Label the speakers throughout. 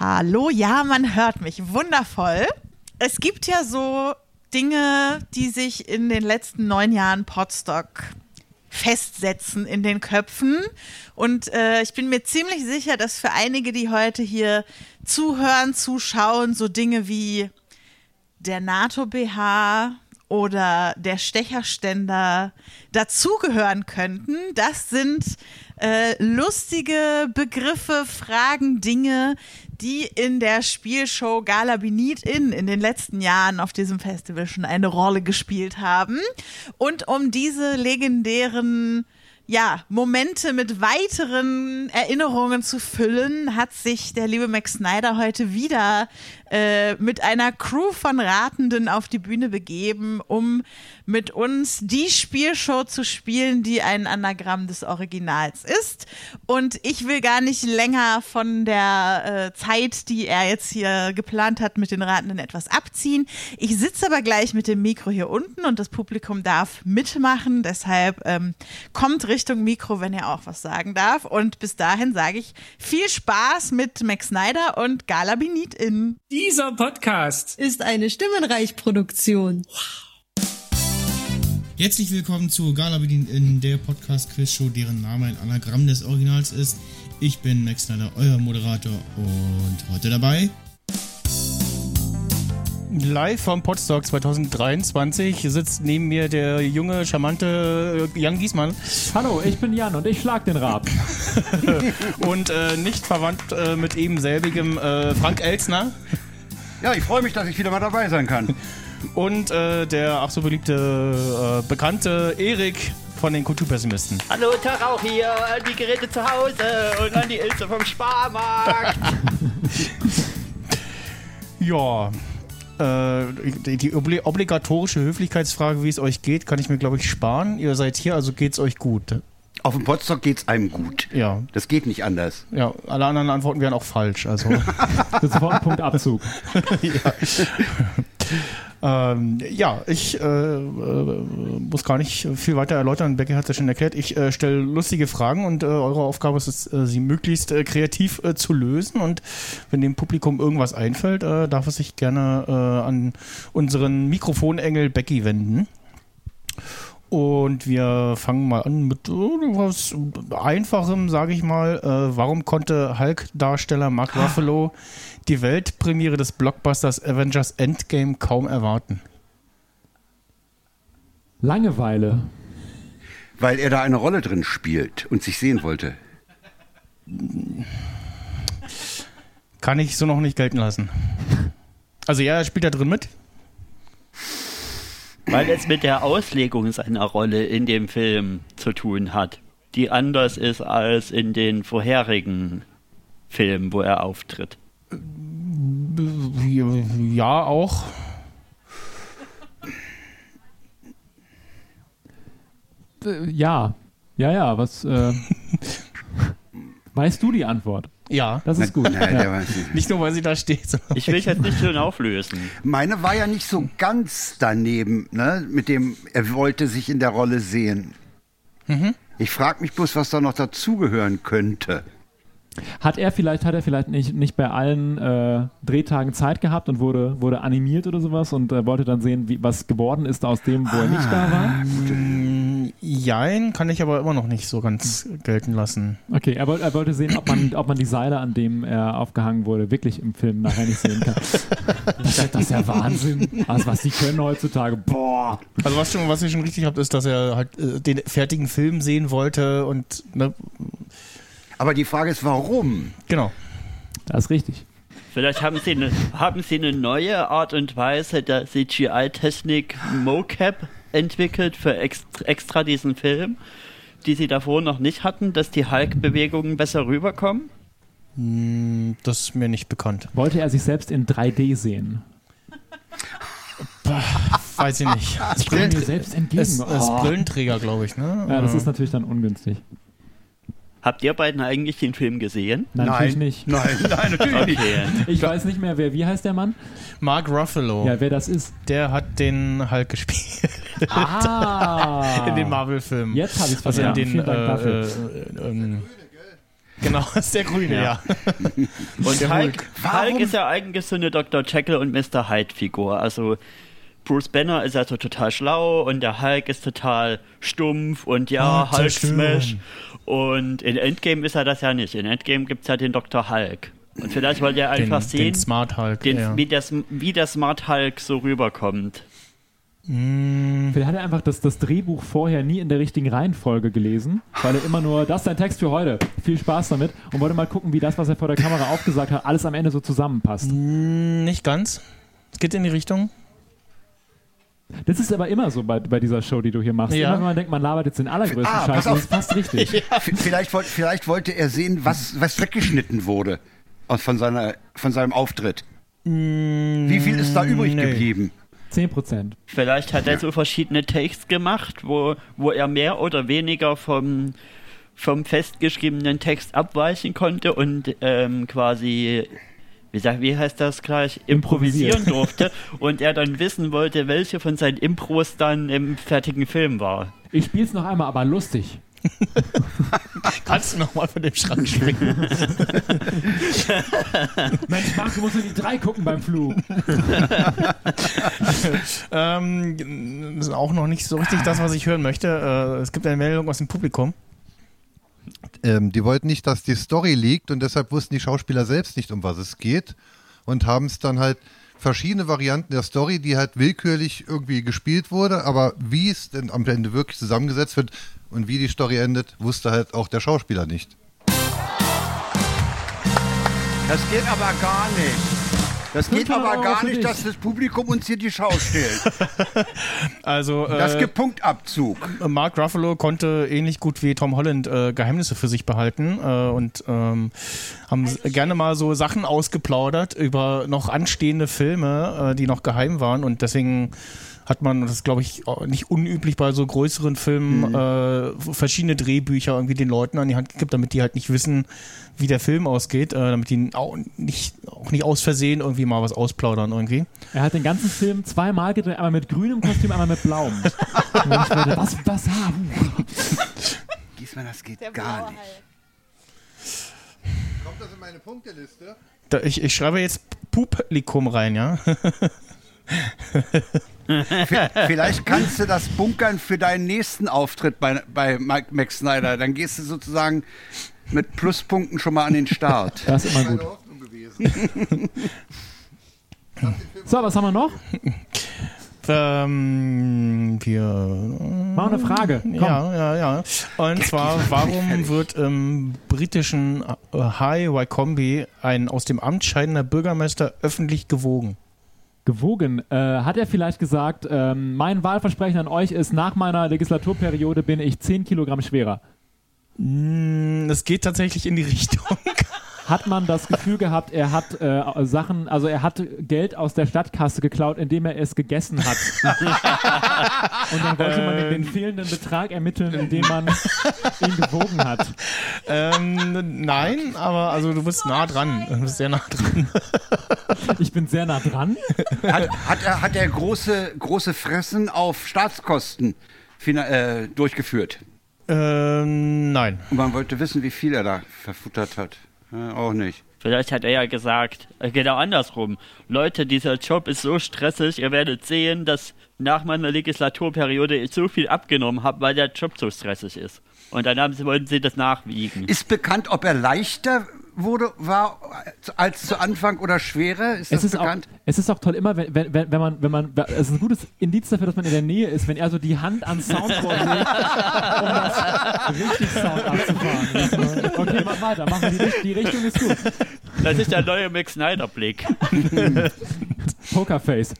Speaker 1: Hallo, ja, man hört mich. Wundervoll. Es gibt ja so Dinge, die sich in den letzten neun Jahren Podstock festsetzen in den Köpfen. Und äh, ich bin mir ziemlich sicher, dass für einige, die heute hier zuhören, zuschauen, so Dinge wie der NATO-BH oder der Stecherständer dazugehören könnten. Das sind äh, lustige Begriffe, Fragen, Dinge, die in der Spielshow Gala Be Need In in den letzten Jahren auf diesem Festival schon eine Rolle gespielt haben. Und um diese legendären ja, Momente mit weiteren Erinnerungen zu füllen, hat sich der liebe Max Snyder heute wieder äh, mit einer Crew von Ratenden auf die Bühne begeben, um mit uns die Spielshow zu spielen, die ein Anagramm des Originals ist. Und ich will gar nicht länger von der äh, Zeit, die er jetzt hier geplant hat, mit den Ratenden etwas abziehen. Ich sitze aber gleich mit dem Mikro hier unten und das Publikum darf mitmachen. Deshalb ähm, kommt Richtung Mikro, wenn er auch was sagen darf. Und bis dahin sage ich viel Spaß mit Max Snyder und Gala Benit in.
Speaker 2: Dieser Podcast
Speaker 3: ist eine Stimmenreich-Produktion.
Speaker 4: Herzlich willkommen zu Galabedin in der Podcast-Quiz-Show, deren Name ein Anagramm des Originals ist. Ich bin Max Snyder, euer Moderator und heute dabei.
Speaker 5: Live vom Podstock 2023 sitzt neben mir der junge, charmante äh, Jan Giesmann.
Speaker 6: Hallo, ich bin Jan und ich schlag den Raben.
Speaker 5: und äh, nicht verwandt äh, mit eben selbigem äh, Frank Elsner.
Speaker 7: Ja, ich freue mich, dass ich wieder mal dabei sein kann.
Speaker 5: Und äh, der ach so beliebte, äh, bekannte Erik von den Kulturpessimisten.
Speaker 8: Hallo, Tag auch hier, an die Geräte zu Hause und an die Ilse vom Sparmarkt.
Speaker 5: ja Äh, die obligatorische Höflichkeitsfrage, wie es euch geht, kann ich mir, glaube ich, sparen. Ihr seid hier, also geht's euch gut.
Speaker 7: Auf dem Potsdam geht's einem gut.
Speaker 5: Ja.
Speaker 7: Das geht nicht anders.
Speaker 5: Ja, alle anderen Antworten wären auch falsch. Also.
Speaker 6: das war ein Punkt Abzug.
Speaker 5: ja. ähm, ja. ich äh, muss gar nicht viel weiter erläutern. Becky hat es ja schon erklärt. Ich äh, stelle lustige Fragen und äh, eure Aufgabe ist es, äh, sie möglichst kreativ äh, zu lösen. Und wenn dem Publikum irgendwas einfällt, äh, darf es sich gerne äh, an unseren Mikrofonengel Becky wenden. Und wir fangen mal an mit irgendwas Einfachem, sage ich mal. Äh, warum konnte Hulk-Darsteller Mark Ruffalo die Weltpremiere des Blockbusters Avengers Endgame kaum erwarten?
Speaker 6: Langeweile.
Speaker 7: Weil er da eine Rolle drin spielt und sich sehen wollte.
Speaker 5: Kann ich so noch nicht gelten lassen. Also ja, er spielt da drin mit.
Speaker 8: Weil es mit der Auslegung seiner Rolle in dem Film zu tun hat, die anders ist als in den vorherigen Filmen, wo er auftritt.
Speaker 5: Ja, auch.
Speaker 6: Äh, Ja, ja, ja, was. Äh, weißt du die Antwort?
Speaker 5: Ja.
Speaker 6: Das ist gut.
Speaker 5: Nein, ja. nicht. nicht nur, weil sie da steht.
Speaker 8: Ich will jetzt nicht schön auflösen.
Speaker 7: Meine war ja nicht so ganz daneben, ne? mit dem, er wollte sich in der Rolle sehen. Mhm. Ich frage mich bloß, was da noch dazugehören könnte.
Speaker 6: Hat er vielleicht, hat er vielleicht nicht, nicht bei allen äh, Drehtagen Zeit gehabt und wurde, wurde animiert oder sowas und äh, wollte dann sehen, wie, was geworden ist aus dem, wo ah, er nicht da war?
Speaker 5: Gut. Jein, kann ich aber immer noch nicht so ganz gelten lassen.
Speaker 6: Okay, er, er wollte sehen, ob man, ob man die Seile, an dem er aufgehangen wurde, wirklich im Film nachher nicht sehen kann. das, ist, das ist ja Wahnsinn. Also was die können heutzutage, boah.
Speaker 5: Also was, schon, was ich schon richtig habt, ist, dass er halt äh, den fertigen Film sehen wollte und ne,
Speaker 7: aber die Frage ist, warum?
Speaker 5: Genau.
Speaker 6: Das ist richtig.
Speaker 8: Vielleicht haben sie, eine, haben sie eine neue Art und Weise der CGI-Technik Mocap entwickelt für extra, extra, diesen Film, die sie davor noch nicht hatten, dass die Hulk-Bewegungen besser rüberkommen?
Speaker 5: Das ist mir nicht bekannt.
Speaker 6: Wollte er sich selbst in 3D sehen?
Speaker 5: Bah, weiß ich nicht.
Speaker 6: Das brillen selbst entgegen.
Speaker 5: Es, oh. ist Brillenträger, glaube ich. Ne?
Speaker 6: Ja, das ist natürlich dann ungünstig.
Speaker 8: Habt ihr beiden eigentlich den Film gesehen?
Speaker 6: Nein, natürlich nicht.
Speaker 7: Nein, nein, natürlich okay.
Speaker 6: nicht. Ich weiß nicht mehr, wer, wie heißt der Mann?
Speaker 5: Mark Ruffalo.
Speaker 6: Ja, wer das ist.
Speaker 5: Der hat den Hulk gespielt.
Speaker 6: Ah!
Speaker 5: in den Marvel-Filmen. also
Speaker 6: Jetzt habe ich es
Speaker 5: verstanden. Also in den, äh, äh, äh, ähm, Genau, das ist der Grüne, ja.
Speaker 8: Und
Speaker 5: Der
Speaker 8: Hulk,
Speaker 7: Warum-
Speaker 8: Hulk ist ja eigentlich so eine Dr. Jekyll und Mr. Hyde-Figur. Also Bruce Banner ist also total schlau und der Hulk ist total stumpf und ja,
Speaker 4: Ah,
Speaker 8: Hulk
Speaker 4: zerstören.
Speaker 8: Smash. Und in Endgame ist er das ja nicht. In Endgame gibt es ja den Dr. Hulk. Und vielleicht wollt ihr
Speaker 5: Den,
Speaker 8: einfach sehen,
Speaker 5: den Smart Hulk.
Speaker 8: den,
Speaker 5: ja.
Speaker 8: wie, der, Sm- wie der Smart Hulk so rüberkommt.
Speaker 6: Vielleicht hat er einfach das, das Drehbuch vorher nie in der richtigen Reihenfolge gelesen, weil er immer nur, das ist dein Text für heute, viel Spaß damit und wollte mal gucken, wie das, was er vor der Kamera aufgesagt hat, alles am Ende so zusammenpasst.
Speaker 5: Nicht ganz. Es geht in die Richtung.
Speaker 6: Das ist aber immer so bei, bei dieser Show, die du hier machst.
Speaker 5: Ja.
Speaker 6: Immer wenn man denkt, man labert jetzt den allergrößten
Speaker 7: Ah, pass
Speaker 6: Scheiß,
Speaker 7: auf.
Speaker 6: das ist fast richtig.
Speaker 7: V- Vielleicht, wollt- vielleicht wollte er sehen, was, was weggeschnitten wurde aus- von, seiner, von seinem Auftritt. Wie viel ist da übrig
Speaker 5: nee.
Speaker 7: geblieben?
Speaker 6: 10 Prozent.
Speaker 8: Vielleicht hat er so verschiedene Takes gemacht, wo, wo er mehr oder weniger vom, vom festgeschriebenen Text abweichen konnte und ähm, quasi, wie, sag, wie heißt das gleich,
Speaker 6: Improvisieren.
Speaker 8: improvisieren durfte und er dann wissen wollte, welche von seinen Impros dann im fertigen Film war.
Speaker 6: Ich spiel's noch einmal, aber lustig.
Speaker 5: Kannst du nochmal von dem Schrank springen?
Speaker 6: Mensch, Marc, du musst in die 3 gucken beim Flug.
Speaker 5: ähm, das ist auch noch nicht so richtig das, was ich hören möchte. Äh, es gibt eine Meldung aus dem Publikum.
Speaker 2: Ähm, die wollten nicht, dass die Story liegt und deshalb wussten die Schauspieler selbst nicht, um was es geht und haben es dann halt verschiedene Varianten der Story, die halt willkürlich irgendwie gespielt wurde, aber wie es denn am Ende wirklich zusammengesetzt wird und wie die Story endet, wusste halt auch der Schauspieler nicht.
Speaker 7: Das geht aber gar nicht. Das geht
Speaker 6: Fünfhundert
Speaker 7: aber
Speaker 6: Euro
Speaker 7: gar
Speaker 6: für
Speaker 7: nicht,
Speaker 6: dich. Äh.
Speaker 7: dass das Publikum uns hier die Schau stellt.
Speaker 5: Also,
Speaker 7: Das
Speaker 5: äh,
Speaker 7: gibt Punktabzug.
Speaker 5: Mark Ruffalo konnte ähnlich gut wie Tom Holland äh, Geheimnisse für sich behalten äh, und ähm, haben s- gerne mal so Sachen ausgeplaudert über noch anstehende Filme, äh, die noch geheim waren und deswegen hat man, das ist, glaube ich auch nicht unüblich bei so größeren Filmen, äh, verschiedene Drehbücher irgendwie den Leuten an die Hand gegeben, damit die halt nicht wissen, wie der Film ausgeht, äh, damit die auch nicht, auch nicht aus Versehen irgendwie mal was ausplaudern irgendwie.
Speaker 6: Er hat den ganzen Film zweimal gedreht, einmal mit grünem Kostüm, einmal mit blauem. Und ich dachte, was, was haben?
Speaker 7: Diesmal, das geht gar nicht.
Speaker 2: Kommt das in meine Punkteliste?
Speaker 5: Da, ich, ich schreibe jetzt Publikum rein, ja?
Speaker 7: Vielleicht kannst du das bunkern für deinen nächsten Auftritt bei, bei Mike Max Snyder. Dann gehst du sozusagen mit Pluspunkten schon mal an den Start.
Speaker 6: Das ist immer gut.
Speaker 2: Hoffnung gewesen.
Speaker 6: So, was haben wir noch?
Speaker 5: Ähm, wir.
Speaker 6: Mach eine Frage. Komm.
Speaker 5: Ja, ja, ja. Und zwar, warum wird im britischen äh, High Wycombe ein aus dem Amt scheidender Bürgermeister öffentlich gewogen?
Speaker 6: Gewogen. Äh, hat er vielleicht gesagt, ähm, mein Wahlversprechen an euch ist, nach meiner Legislaturperiode bin ich 10 Kilogramm schwerer.
Speaker 5: Hm, Es geht tatsächlich in die Richtung.
Speaker 6: Hat man das Gefühl gehabt, er hat äh, Sachen, also er hat Geld aus der Stadtkasse geklaut, indem er es gegessen hat. Und dann wollte man den, den fehlenden Betrag ermitteln, indem man ihn gewogen hat.
Speaker 5: ähm, nein, aber also du bist nah dran. Du bist sehr nah dran.
Speaker 6: Ich bin sehr nah dran.
Speaker 7: Hat, hat er, hat er große, große Fressen auf Staatskosten fina- äh, durchgeführt.
Speaker 5: Ähm, nein.
Speaker 7: Und man wollte wissen, wie viel er da verfuttert hat. Ja, auch nicht.
Speaker 8: Vielleicht hat er ja gesagt, äh, genau andersrum. Leute, dieser Job ist so stressig, ihr werdet sehen, dass nach meiner Legislaturperiode ich so viel abgenommen habe, weil der Job so stressig ist. Und dann haben sie, wollten sie das nachwiegen.
Speaker 7: Ist bekannt, ob er leichter wurde, war als zu Anfang oder schwerer? Ist
Speaker 6: Es
Speaker 7: das
Speaker 6: ist, auch,
Speaker 7: bekannt?
Speaker 6: es ist auch toll, immer wenn, wenn, wenn wenn man, wenn man, es ist ein gutes Indiz dafür, dass man in der Nähe ist, wenn er so die Hand ans Soundboard legt, um das richtig Sound abzufahren. Okay, mach weiter, mach die, Richt- die Richtung ist gut.
Speaker 8: Das ist der neue Mick Snyder-Blick.
Speaker 6: Pokerface.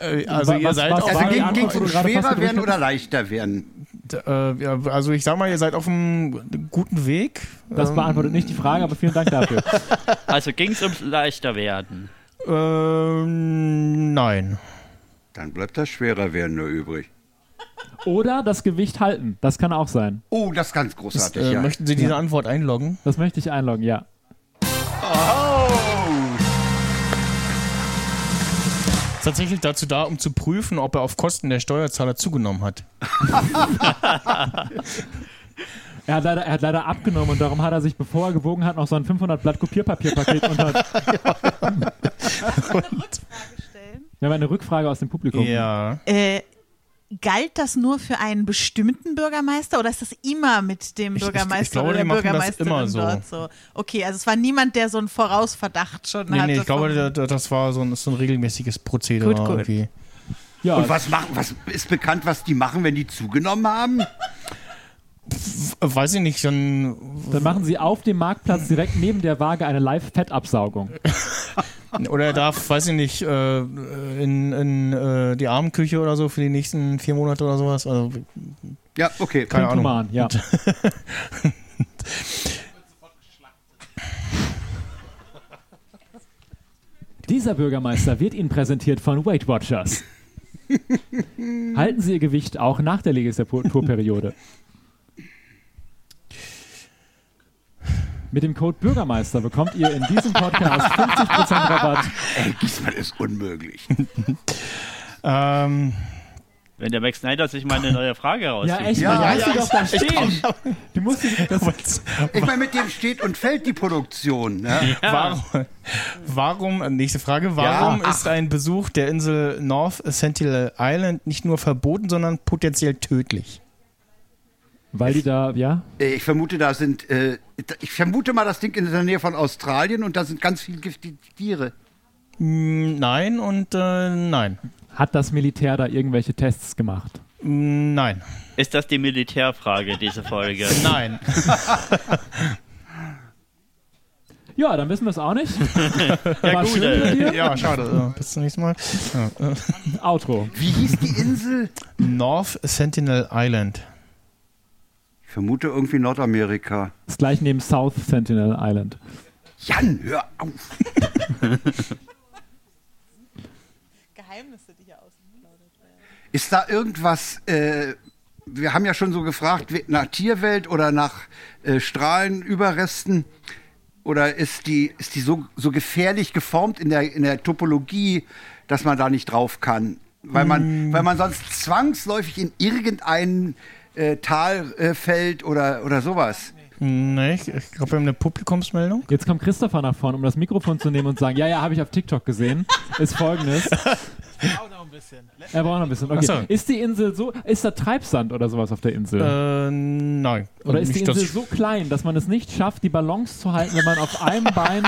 Speaker 5: Äh, Also
Speaker 6: Wa-
Speaker 5: ihr
Speaker 6: was-
Speaker 5: seid
Speaker 6: was
Speaker 5: auf
Speaker 6: war
Speaker 7: also
Speaker 6: die
Speaker 7: ging,
Speaker 6: Antwort,
Speaker 7: ging
Speaker 6: wo du
Speaker 7: es
Speaker 6: gerade fast
Speaker 7: schwerer werden
Speaker 6: gedrückt
Speaker 7: oder leichter werden?
Speaker 5: äh, ja, also ich sag mal, ihr seid auf einem guten Weg.
Speaker 6: Das
Speaker 5: Ähm,
Speaker 6: beantwortet nicht die Frage, aber vielen Dank dafür.
Speaker 8: Also ging es ums Leichterwerden.
Speaker 5: Ähm, nein.
Speaker 7: Dann bleibt das schwerer werden nur übrig.
Speaker 6: Oder das Gewicht halten. Das kann auch sein.
Speaker 7: Oh, das ist ganz großartig,
Speaker 5: Äh,
Speaker 7: ja.
Speaker 5: Möchten Sie diese Antwort einloggen?
Speaker 6: Das möchte ich einloggen, ja.
Speaker 7: Oh!
Speaker 5: Ist tatsächlich dazu da, um zu prüfen, ob er auf Kosten der Steuerzahler zugenommen hat.
Speaker 6: Er hat, leider, er hat leider abgenommen und darum hat er sich, bevor er gewogen hat, noch so ein 500-Blatt-Kopierpapierpaket unter.
Speaker 1: Rückfrage stellen.
Speaker 6: Wir haben eine Rückfrage aus dem Publikum.
Speaker 5: Ja.
Speaker 1: Äh, galt das nur für einen bestimmten Bürgermeister oder ist das immer mit dem
Speaker 5: Ich- ich- ich
Speaker 1: Bürgermeister
Speaker 5: glaube,
Speaker 1: oder
Speaker 5: die
Speaker 1: der
Speaker 5: machen das
Speaker 1: Bürgermeisterin
Speaker 5: immer so.
Speaker 1: dort so? Okay, also es war niemand, der so einen Vorausverdacht schon
Speaker 5: Nee,
Speaker 1: hatte.
Speaker 5: nee, ich glaube,
Speaker 1: von-
Speaker 5: da- da- das war so ein, so ein regelmäßiges Prozedere
Speaker 1: Gut, gut.
Speaker 5: irgendwie.
Speaker 6: Ja,
Speaker 7: Und was, machen, was ist bekannt, was die machen, wenn die zugenommen haben?
Speaker 5: Äh, Weiß ich nicht, dann.
Speaker 6: dann machen sie auf dem Marktplatz direkt neben der Waage eine Live-Fettabsaugung.
Speaker 5: Oder er darf, weiß ich nicht, äh, in, in äh, die Armenküche oder so für die nächsten vier Monate oder sowas. Also,
Speaker 7: Ja, okay.
Speaker 5: keine
Speaker 6: Könnte
Speaker 5: Ahnung.
Speaker 6: man, ja. Dieser Bürgermeister wird Ihnen präsentiert von Weight Watchers. Halten Sie Ihr Gewicht auch nach der Legislaturperiode. Mit dem Code Bürgermeister bekommt ihr in diesem Podcast 50% Rabatt.
Speaker 7: Diesmal ist unmöglich.
Speaker 5: Ähm,
Speaker 8: Wenn der Max Snyder sich mal eine neue Frage
Speaker 6: Ja,
Speaker 8: raussucht.
Speaker 6: echt,
Speaker 7: Ja,
Speaker 6: ja,
Speaker 7: ja,
Speaker 6: ja, hast du doch da stehen. Du musst die, das,
Speaker 7: Ich meine, mit dem steht und fällt die Produktion. Ne?
Speaker 5: Warum, warum, äh, nächste Frage, warum ist ein Besuch der Insel North Sentinel Island nicht nur verboten, sondern potenziell tödlich?
Speaker 6: weil die da, ja,
Speaker 7: Äh, Ich vermute, da sind. Äh, ich vermute mal, das Ding in der Nähe von Australien und da sind ganz viele giftige Tiere.
Speaker 5: Mm, Nein und äh, nein.
Speaker 6: hat das Militär da irgendwelche Tests gemacht?
Speaker 5: Mm, Nein.
Speaker 8: Ist das die Militärfrage, diese Folge?
Speaker 5: Nein.
Speaker 6: Ja, dann wissen wir es auch nicht.
Speaker 5: Ja,
Speaker 6: War
Speaker 5: gut.
Speaker 6: schön mit
Speaker 5: Äh,
Speaker 6: dir.
Speaker 5: ja, schade. Äh, Bis zum nächsten Mal. Ja, äh,
Speaker 6: Outro.
Speaker 7: Wie hieß die Insel?
Speaker 5: North Sentinel Island.
Speaker 7: Ich vermute irgendwie Nordamerika.
Speaker 6: Ist gleich neben South Sentinel Island.
Speaker 7: Jan, hör auf.
Speaker 1: Geheimnisse, die hier ausgeplaudert werden.
Speaker 7: Ist da irgendwas. Äh, wir haben ja schon so gefragt, we- nach Tierwelt oder nach äh, Strahlenüberresten. Oder ist die, ist die so, so gefährlich geformt in der, in der Topologie, dass man da nicht drauf kann? Weil man, weil man sonst zwangsläufig in irgendein äh, Tal äh, fällt oder, oder sowas.
Speaker 5: Nee, ich, ich glaube, wir haben eine Publikumsmeldung.
Speaker 6: Jetzt kommt Christopher nach vorne, um das Mikrofon zu nehmen und zu sagen, ja, ja, habe ich auf TikTok gesehen. Ist folgendes. Er braucht noch ein bisschen. Okay.
Speaker 5: Ach so.
Speaker 6: Ist die Insel so, ist da Treibsand oder sowas auf der Insel?
Speaker 5: Äh, nein.
Speaker 6: oder ist die
Speaker 5: nicht,
Speaker 6: Insel
Speaker 5: dass,
Speaker 6: so klein, dass man es nicht schafft, die Balance zu halten, wenn man auf einem Bein...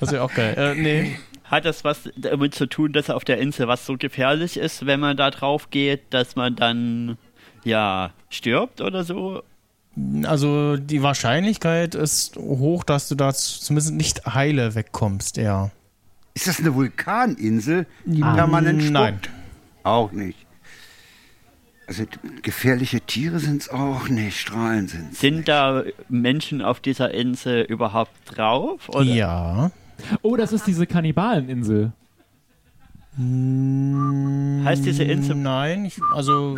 Speaker 5: das wäre auch geil. Äh, nee.
Speaker 8: Hat das was damit zu tun, dass auf der Insel was so gefährlich ist, wenn man da drauf geht, dass man dann ja stirbt oder so?
Speaker 5: Also die Wahrscheinlichkeit ist hoch, dass du da z- zumindest nicht heile wegkommst, ja.
Speaker 7: Ist das eine Vulkaninsel, die permanent spuckt?
Speaker 5: Nein.
Speaker 7: Auch nicht. Also t- gefährliche Tiere sind es auch nicht, Strahlen sind
Speaker 8: Sind da Menschen auf dieser Insel überhaupt drauf? Oder?
Speaker 5: Ja.
Speaker 6: Oh, das ist diese Kannibaleninsel.
Speaker 8: Heißt diese Insel
Speaker 5: Nein, ich, also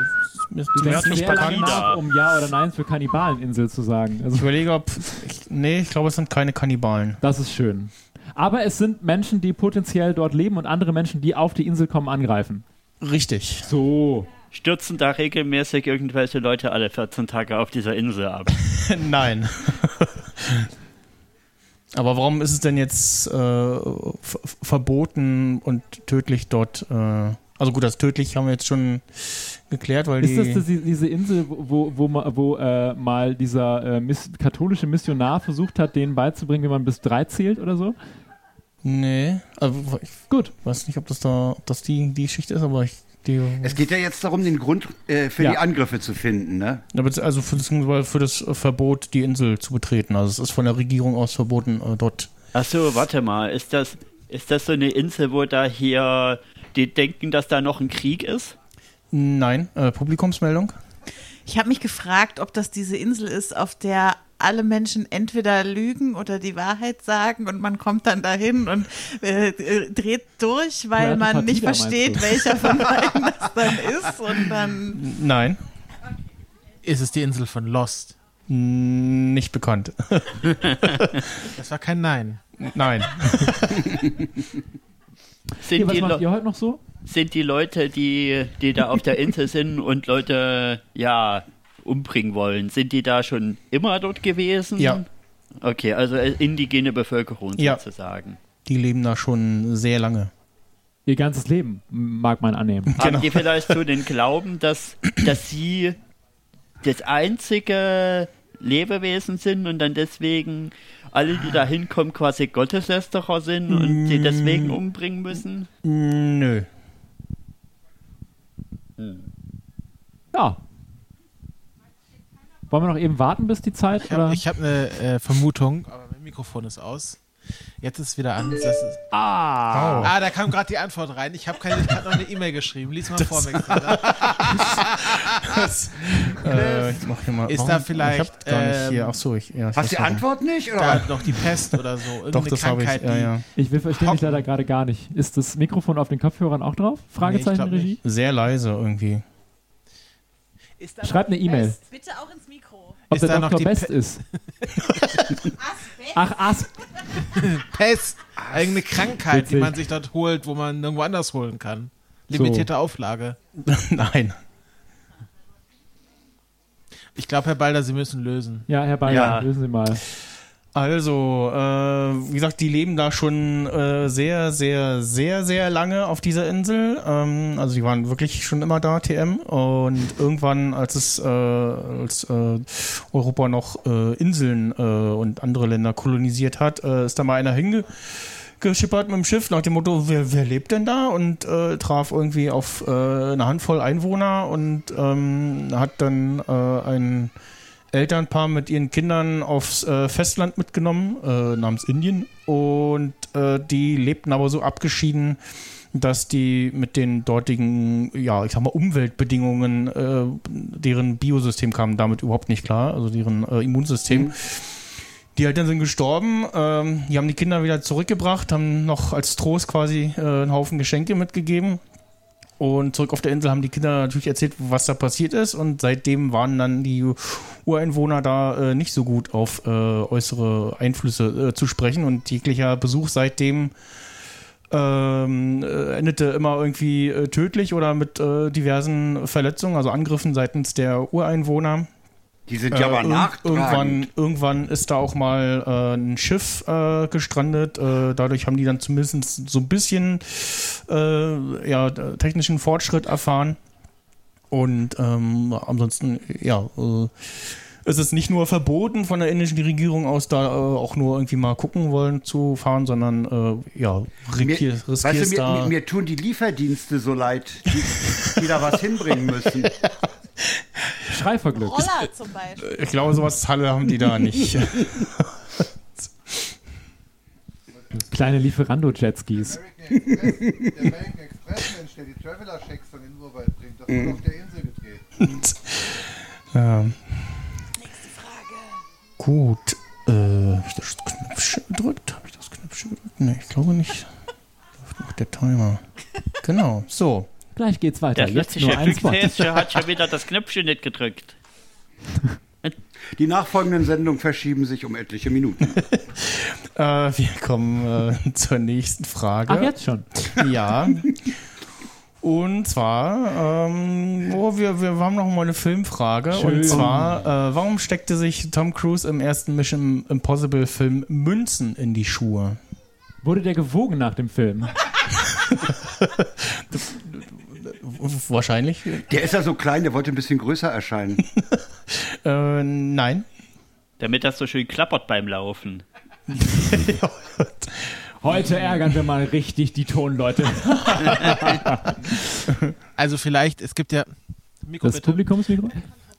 Speaker 5: ist mir
Speaker 6: Denkst
Speaker 5: jetzt
Speaker 6: du
Speaker 5: nicht
Speaker 6: sehr lange
Speaker 5: bekannt.
Speaker 6: nach, um Ja oder Nein für Kannibalinsel zu sagen. Also
Speaker 5: Ich überlege, ob. Ich, nee, ich glaube, es sind keine Kannibalen.
Speaker 6: Das ist schön. Aber es sind Menschen, die potenziell dort leben und andere Menschen, die auf die Insel kommen, angreifen.
Speaker 5: Richtig.
Speaker 6: So.
Speaker 8: stürzen da regelmäßig irgendwelche Leute alle 14 Tage auf dieser Insel ab?
Speaker 5: Nein. Aber warum ist es denn jetzt äh, ver- verboten und tödlich dort? Äh, also gut, das tödlich haben wir jetzt schon geklärt, weil
Speaker 6: Ist
Speaker 5: die.
Speaker 6: das, das die- diese Insel, wo, wo, wo, ma- wo äh, mal dieser äh, miss, katholische Missionar versucht hat, denen beizubringen, wie man bis drei zählt oder so?
Speaker 5: nee. Also, ich
Speaker 6: Gut.
Speaker 5: weiß nicht, ob das da, ob das die, die Schicht ist, aber ich. Die,
Speaker 7: Es geht ja jetzt darum, den Grund äh, für
Speaker 6: Ja.
Speaker 7: die Angriffe zu finden, ne?
Speaker 5: Aber z- also für, beziehungsweise für das Verbot, die Insel zu betreten. Also es ist von der Regierung aus verboten, äh, dort
Speaker 8: Achso, warte mal, ist das, ist das so eine Insel, wo da hier die denken, dass da noch ein Krieg ist?
Speaker 5: Nein, äh, Publikumsmeldung.
Speaker 1: Ich habe mich gefragt, ob das diese Insel ist, auf der alle Menschen entweder lügen oder die Wahrheit sagen und man kommt dann dahin und äh, äh, dreht durch, weil
Speaker 6: Puerto
Speaker 1: man nicht
Speaker 6: Partida, meinst
Speaker 1: versteht,
Speaker 6: du?
Speaker 1: welcher von beiden das dann ist und dann
Speaker 5: Nein,
Speaker 9: Ist es die Insel von Lost?
Speaker 5: n- nicht bekannt.
Speaker 9: Das war kein Nein.
Speaker 5: Nein.
Speaker 8: Sind,
Speaker 6: Hier, was
Speaker 8: die,
Speaker 6: macht
Speaker 8: Le
Speaker 6: ihr heute noch so?
Speaker 8: sind die Leute, die, die da auf der Insel sind und Leute, ja, umbringen wollen. Sind die da schon immer dort gewesen?
Speaker 5: Ja.
Speaker 8: Okay, also äh, indigene Bevölkerung
Speaker 5: Ja.
Speaker 8: sozusagen.
Speaker 5: Die leben da schon sehr lange.
Speaker 6: Ihr ganzes Leben, mag man annehmen.
Speaker 8: Haben die vielleicht so den Glauben, dass, dass sie das einzige Lebewesen sind und dann deswegen alle, die da hinkommen, quasi Gotteslästerer sind und sie
Speaker 6: Mm.
Speaker 8: deswegen umbringen müssen?
Speaker 5: Nö.
Speaker 6: Ja. Wollen wir noch eben warten bis die Zeit?
Speaker 9: Ich habe
Speaker 6: Oder?
Speaker 9: hab eine äh, Vermutung, aber mein Mikrofon ist aus. Jetzt ist es wieder an. Das ist, ah. da kam gerade die Antwort rein. Ich habe keine, ich hab noch eine E-Mail geschrieben. Lies mal vor, Max.
Speaker 5: Äh, ich mach hier mal.
Speaker 9: Ist da
Speaker 5: warum- Ich hab
Speaker 9: vielleicht,
Speaker 5: gar nicht
Speaker 9: ähm,
Speaker 5: hier. Ach so, ich. Ja, ich
Speaker 7: Hast du die
Speaker 5: weiß warum.
Speaker 7: Antwort nicht?
Speaker 9: Da
Speaker 7: Oder?
Speaker 9: noch die Pest oder so. Irgendeine
Speaker 5: Doch, das habe ich.
Speaker 9: Krankheit,
Speaker 5: Ja,
Speaker 9: die-
Speaker 5: ja.
Speaker 6: Ich will- verstehe mich leider gerade gar nicht. Ist das Mikrofon auf den Kopfhörern auch drauf? Fragezeichen
Speaker 9: glaub
Speaker 6: Regie?
Speaker 5: Sehr leise irgendwie.
Speaker 1: Ist da
Speaker 6: Schreibt
Speaker 1: noch
Speaker 6: eine E-Mail.
Speaker 1: Pest? Bitte auch ins Mikro.
Speaker 6: Ob
Speaker 9: Ist
Speaker 6: der
Speaker 9: da noch
Speaker 6: Doktor
Speaker 9: die
Speaker 6: Best
Speaker 9: Pe-
Speaker 6: ist?
Speaker 1: Asbest?
Speaker 6: Ach, Asp.
Speaker 9: Pest. Irgendeine Krankheit, die
Speaker 6: Witzig.
Speaker 9: man sich dort holt, wo man irgendwo anders holen kann. Limitierte Auflage.
Speaker 5: Nein.
Speaker 9: Ich glaube, Herr Balder, Sie müssen lösen.
Speaker 6: Ja, Herr Bayer,
Speaker 8: Ja.
Speaker 6: lösen Sie mal.
Speaker 5: Also, äh, wie gesagt, die leben da schon äh, sehr, sehr, sehr, sehr lange auf dieser Insel. Ähm, also die waren wirklich schon immer da, TM. Und irgendwann, als es äh, als äh, Europa noch äh, Inseln äh, und andere Länder kolonisiert hat, äh, ist da mal einer hinge geschippert mit dem Schiff nach dem Motto, wer, wer lebt denn da? Und äh, traf irgendwie auf äh, eine Handvoll Einwohner und ähm, hat dann äh, ein Elternpaar mit ihren Kindern aufs äh, Festland mitgenommen, äh, namens Indien. Und äh, die lebten aber so abgeschieden, dass die mit den dortigen, ja, ich sag mal, Umweltbedingungen, äh, deren Biosystem kam damit überhaupt nicht klar, also deren äh, Immunsystem. Die Eltern sind gestorben, ähm, die haben die Kinder wieder zurückgebracht, haben noch als Trost quasi äh, einen Haufen Geschenke mitgegeben. Und zurück auf der Insel haben die Kinder natürlich erzählt, was da passiert ist. Und seitdem waren dann die Ureinwohner da äh, nicht so gut auf äh, äußere Einflüsse äh, zu sprechen. Und jeglicher Besuch seitdem ähm, äh, endete immer irgendwie äh, tödlich oder mit äh, diversen Verletzungen, also Angriffen seitens der Ureinwohner.
Speaker 7: Die sind ja aber
Speaker 5: Äh,
Speaker 7: nach.
Speaker 5: irgend- irgendwann, irgendwann ist da auch mal äh, ein Schiff äh, gestrandet. Äh, dadurch haben die dann zumindest so ein bisschen äh, ja, technischen Fortschritt erfahren. Und ähm, ansonsten, ja, äh, es ist nicht nur verboten von der indischen Regierung aus, da äh, auch nur irgendwie mal gucken wollen zu fahren, sondern äh, ja,
Speaker 7: Mir,
Speaker 5: riskier, riskierst
Speaker 7: weißt du, mir,
Speaker 5: da.
Speaker 7: mir, mir tun die Lieferdienste so leid, die, die da was hinbringen müssen.
Speaker 6: Schreiverglück.
Speaker 1: Roller zum Beispiel.
Speaker 5: ich glaube, sowas Halle haben die da nicht.
Speaker 6: Kleine Lieferando-Jetskis.
Speaker 2: Der American Express-Mensch, der die Traveler-Schecks von den Urwald bringt, das wird auf der Insel gedreht.
Speaker 5: ähm,
Speaker 1: Nächste Frage.
Speaker 5: Gut. Äh, hab ich das Knöpfchen gedrückt? Habe ich das Knöpfchen gedrückt? Ne, ich glaube nicht. Läuft noch der Timer. Genau, so.
Speaker 6: Gleich geht's weiter.
Speaker 8: Der
Speaker 6: Jetzt nur
Speaker 8: letzte
Speaker 6: ein Spot.
Speaker 8: Glückshäscher hat schon wieder das Knöpfchen nicht gedrückt.
Speaker 7: Die nachfolgenden Sendungen verschieben sich um etliche Minuten.
Speaker 5: Äh, wir kommen äh, zur nächsten Frage.
Speaker 6: Ach, jetzt schon.
Speaker 5: Ja. Und zwar, ähm, oh, wir, wir haben noch mal eine Filmfrage.
Speaker 6: Schön.
Speaker 5: Und zwar, äh, warum steckte sich Tom Cruise im ersten Mission Impossible Film Münzen in die Schuhe?
Speaker 6: Wurde der gewogen nach dem Film?
Speaker 5: W- Wahrscheinlich.
Speaker 7: Der ist ja so klein, der wollte ein bisschen größer erscheinen.
Speaker 5: Äh, nein.
Speaker 8: Damit das so schön klappert beim Laufen.
Speaker 6: Heute ärgern wir mal richtig die Tonleute.
Speaker 9: Also vielleicht, es gibt ja... Mikro
Speaker 6: Das
Speaker 9: bitte.
Speaker 6: Publikumsmikro?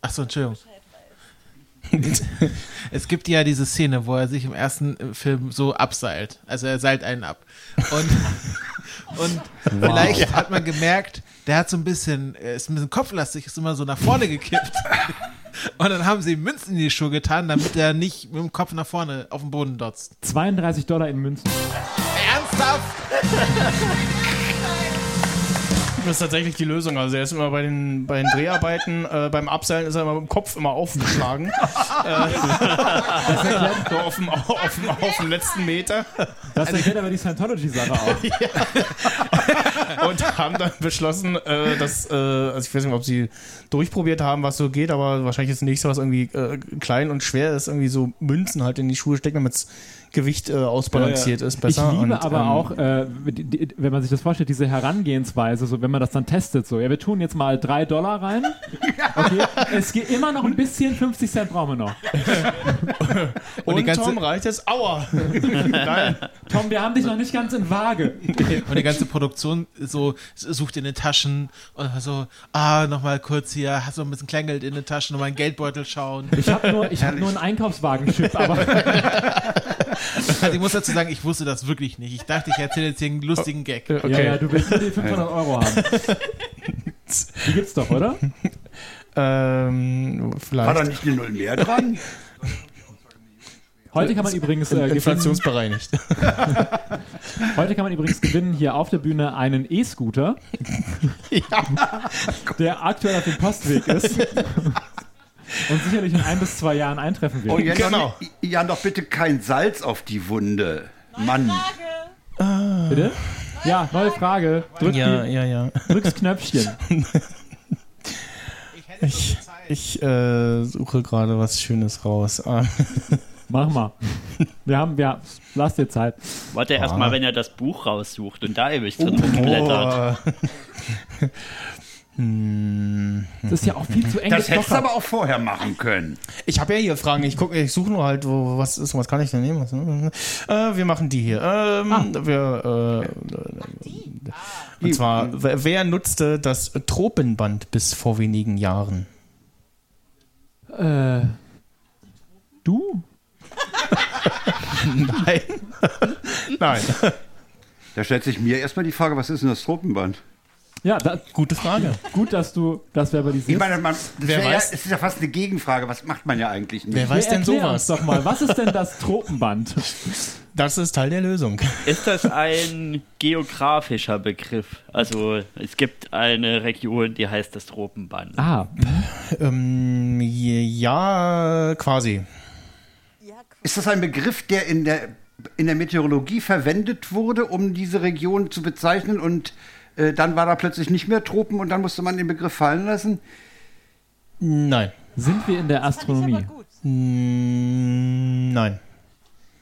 Speaker 9: Achso, Entschuldigung. es gibt ja diese Szene, wo er sich im ersten äh, Film so abseilt. Also er seilt einen ab. Und, und vielleicht hat man gemerkt, der hat so ein bisschen, äh, ist ein bisschen kopflastig, ist immer so nach vorne gekippt. Und dann haben sie ihm Münzen in die Schuhe getan, damit er nicht mit dem Kopf nach vorne auf den Boden dotzt.
Speaker 6: 32 Dollar in Münzen.
Speaker 9: Ernsthaft?
Speaker 6: Äh.
Speaker 5: Das ist tatsächlich die Lösung. Also er ist immer bei den, bei den Dreharbeiten, äh, beim Abseilen ist er immer mit dem Kopf immer aufgeschlagen. äh, so auf dem, auf, dem, auf dem letzten Meter.
Speaker 6: Das erklärt aber die Scientology-Sache auch.
Speaker 5: und haben dann beschlossen, äh, dass, äh, also ich weiß nicht, ob sie durchprobiert haben, was so geht, aber wahrscheinlich ist das nächste, was irgendwie äh, klein und schwer ist, irgendwie so Münzen halt in die Schuhe stecken, damit das Gewicht äh, ausbalanciert ist besser.
Speaker 6: Ich liebe
Speaker 5: und,
Speaker 6: aber
Speaker 5: ähm,
Speaker 6: auch, äh, die, die, wenn man sich das vorstellt, diese Herangehensweise, so wenn man das dann testet, so, ja, wir tun jetzt mal drei Dollar rein. Okay, es geht immer noch ein bisschen, 50 Cent brauchen wir noch.
Speaker 5: Und,
Speaker 9: die ganze-
Speaker 5: Tom reicht es, aua! Nein,
Speaker 6: Tom, wir haben dich noch nicht ganz in Waage.
Speaker 9: Und die ganze Produktion so sucht in den Taschen und so, ah, nochmal kurz hier, hast du ein bisschen Kleingeld in den Taschen, nochmal einen Geldbeutel schauen.
Speaker 6: Ich habe nur, ich hab nur einen Einkaufswagen-Chip, aber
Speaker 9: Also ich muss dazu sagen, ich wusste das wirklich nicht. Ich dachte, ich erzähle jetzt hier einen lustigen Gag.
Speaker 5: okay.
Speaker 6: ja, ja, du willst nur die 500 Euro haben. Die gibt's doch, oder?
Speaker 5: Ähm,
Speaker 7: War
Speaker 5: vielleicht.
Speaker 7: da nicht eine Null mehr dran?
Speaker 6: Heute kann man übrigens äh, gewinnen,
Speaker 5: Inflationsbereinigt.
Speaker 6: heute kann man übrigens gewinnen hier auf der Bühne einen E-Scooter, der aktuell auf dem Postweg ist und sicherlich in ein bis zwei Jahren eintreffen wird.
Speaker 7: Oh, Jan,
Speaker 5: Genau.
Speaker 7: doch, Jan, doch bitte kein Salz auf die Wunde. Mann.
Speaker 1: Frage.
Speaker 6: Bitte? Ja, neue Frage. Drück
Speaker 5: Ja,
Speaker 6: die,
Speaker 5: ja, ja.
Speaker 6: drücks Knöpfchen.
Speaker 5: Ich, ich äh, suche gerade was Schönes raus. Ah,
Speaker 6: Mach mal. Wir haben, ja, lass dir Zeit.
Speaker 8: Warte
Speaker 6: Ah.
Speaker 8: erstmal, wenn er das Buch raussucht und da ewig
Speaker 6: Oh.
Speaker 8: drin rumblättert.
Speaker 6: Das ist ja auch viel zu eng.
Speaker 7: Das hättest du
Speaker 6: gestochert.
Speaker 7: aber auch vorher machen können.
Speaker 5: Ich habe ja hier Fragen. Ich gucke, ich suche nur halt, wo, was ist, und was kann ich denn nehmen? Was, äh, wir machen die hier. Ähm, wir, äh, und zwar, wer, wer nutzte das Tropenband bis vor wenigen Jahren?
Speaker 6: Äh, du?
Speaker 5: Nein. Nein.
Speaker 7: Da stellt sich mir erstmal die Frage, was ist denn das Tropenband?
Speaker 6: Ja, da,
Speaker 5: Gute Frage.
Speaker 6: gut, dass du das verbalisierst.
Speaker 7: Ich meine, man, das
Speaker 5: Wer
Speaker 7: wär ja,
Speaker 5: weiß?
Speaker 7: es ist ja fast eine Gegenfrage. Was macht man ja eigentlich nicht?
Speaker 5: Wer weiß
Speaker 6: Ja,
Speaker 5: denn
Speaker 6: erklär
Speaker 5: sowas?
Speaker 6: uns doch mal, was ist denn das Tropenband?
Speaker 5: Das ist Teil der Lösung.
Speaker 8: Ist das ein geografischer Begriff? Also es gibt eine Region, die heißt das Tropenband.
Speaker 6: Ah,
Speaker 5: Ähm, ja, quasi.
Speaker 7: Ist das ein Begriff, der in der, in der Meteorologie verwendet wurde, um diese Region zu bezeichnen und äh, dann war da plötzlich nicht mehr Tropen und dann musste man den Begriff fallen lassen?
Speaker 5: Nein.
Speaker 6: sind wir in der Astronomie?
Speaker 5: Mm, Nein.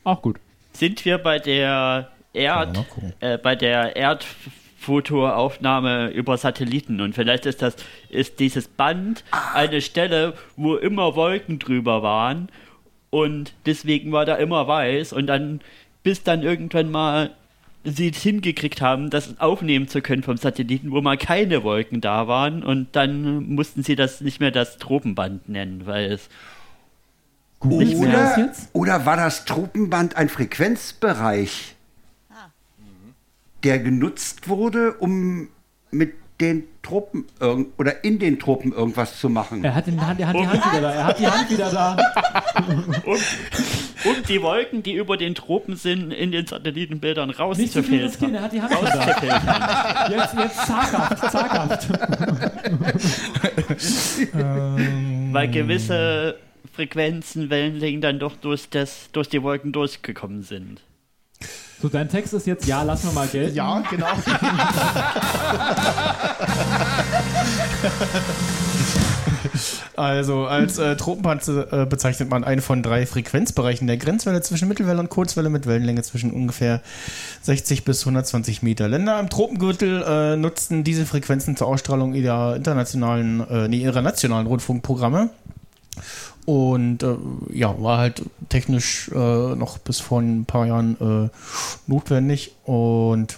Speaker 6: Auch gut.
Speaker 8: Sind wir bei der Erd,
Speaker 5: Kann man mal gucken.
Speaker 8: äh, bei der Erdfotoaufnahme über Satelliten und vielleicht ist das ist dieses Band eine Stelle, wo immer Wolken drüber waren und deswegen war da immer weiß und dann bis dann irgendwann mal sie es hingekriegt haben, das aufnehmen zu können vom Satelliten, wo mal keine Wolken da waren und dann mussten sie das nicht mehr das Tropenband nennen, weil es
Speaker 6: Google ich mir das
Speaker 7: Oder,
Speaker 6: jetzt?
Speaker 7: oder war das Tropenband ein Frequenzbereich, der genutzt wurde, um mit den Tropen irg- oder in den Tropen irgendwas zu machen?
Speaker 6: Er hat, den, er hat
Speaker 7: Oh.
Speaker 6: die Hand wieder da. Er hat die Hand wieder da.
Speaker 8: um, um die Wolken, die über den Tropen sind, in den Satellitenbildern
Speaker 6: Nicht zu viel
Speaker 8: rauszufiltern.
Speaker 6: riskieren, er hat die Hand wieder da. Jetzt, jetzt zaghaft, zaghaft. Mm.
Speaker 8: Weil gewisse Frequenzen, Wellenlängen dann doch durch, das, durch die Wolken durchgekommen sind.
Speaker 6: So, dein Text ist jetzt, ja, lass wir mal Geld.
Speaker 5: Ja, genau. Also als äh, Tropenpanzer äh, bezeichnet man einen von drei Frequenzbereichen der Grenzwelle zwischen Mittelwelle und Kurzwelle mit Wellenlänge zwischen ungefähr 60 bis 120 Meter. Länder im Tropengürtel äh, nutzten diese Frequenzen zur Ausstrahlung ihrer internationalen, äh, nee, ihrer nationalen Rundfunkprogramme. Und äh, ja, war halt technisch äh, noch bis vor ein paar Jahren äh, notwendig und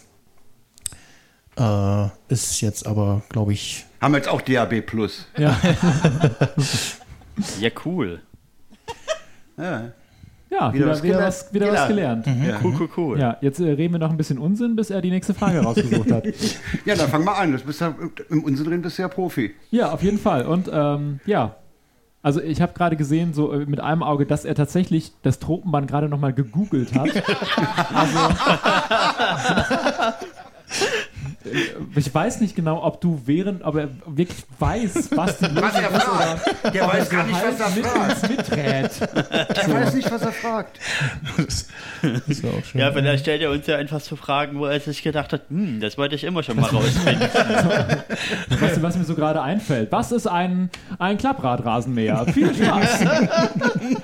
Speaker 5: äh, ist jetzt aber, glaube ich,
Speaker 7: Haben wir jetzt auch DAB Plus?
Speaker 8: Ja, cool.
Speaker 7: Ja.
Speaker 6: Ja, wieder,
Speaker 7: was
Speaker 6: wieder,
Speaker 7: gelernt. Genau. Mhm.
Speaker 6: was, wieder was gelernt.
Speaker 8: Cool, cool, cool.
Speaker 6: Ja, jetzt äh, reden wir noch ein bisschen Unsinn, bis er die nächste Frage rausgesucht hat.
Speaker 7: ja, dann fang mal an. Du bist ja, Im Unsinn drin bist du ja Profi.
Speaker 6: Ja, auf jeden Fall. Und ähm, ja, also ich habe gerade gesehen, so äh, mit einem Auge, dass er tatsächlich das Tropenband gerade nochmal gegoogelt hat. also, ich weiß nicht genau, ob du während, ob er wirklich weiß, was die Lösung
Speaker 7: Was er
Speaker 6: ist
Speaker 7: fragt.
Speaker 6: oder
Speaker 7: Der
Speaker 6: ob
Speaker 7: weiß
Speaker 6: er so
Speaker 7: gar nicht,
Speaker 6: halb
Speaker 7: was er
Speaker 6: mit
Speaker 7: fragt.
Speaker 6: uns miträt.
Speaker 7: Ich weiß nicht, was er fragt.
Speaker 5: Das war auch schön.
Speaker 8: Ja, vielleicht stellt er uns ja einfach zu Fragen, wo er sich gedacht hat, hm, das wollte ich immer schon mal rausfinden.
Speaker 6: Was, was mir so gerade einfällt. Was ist ein, ein Klappradrasenmäher? Viel Spaß.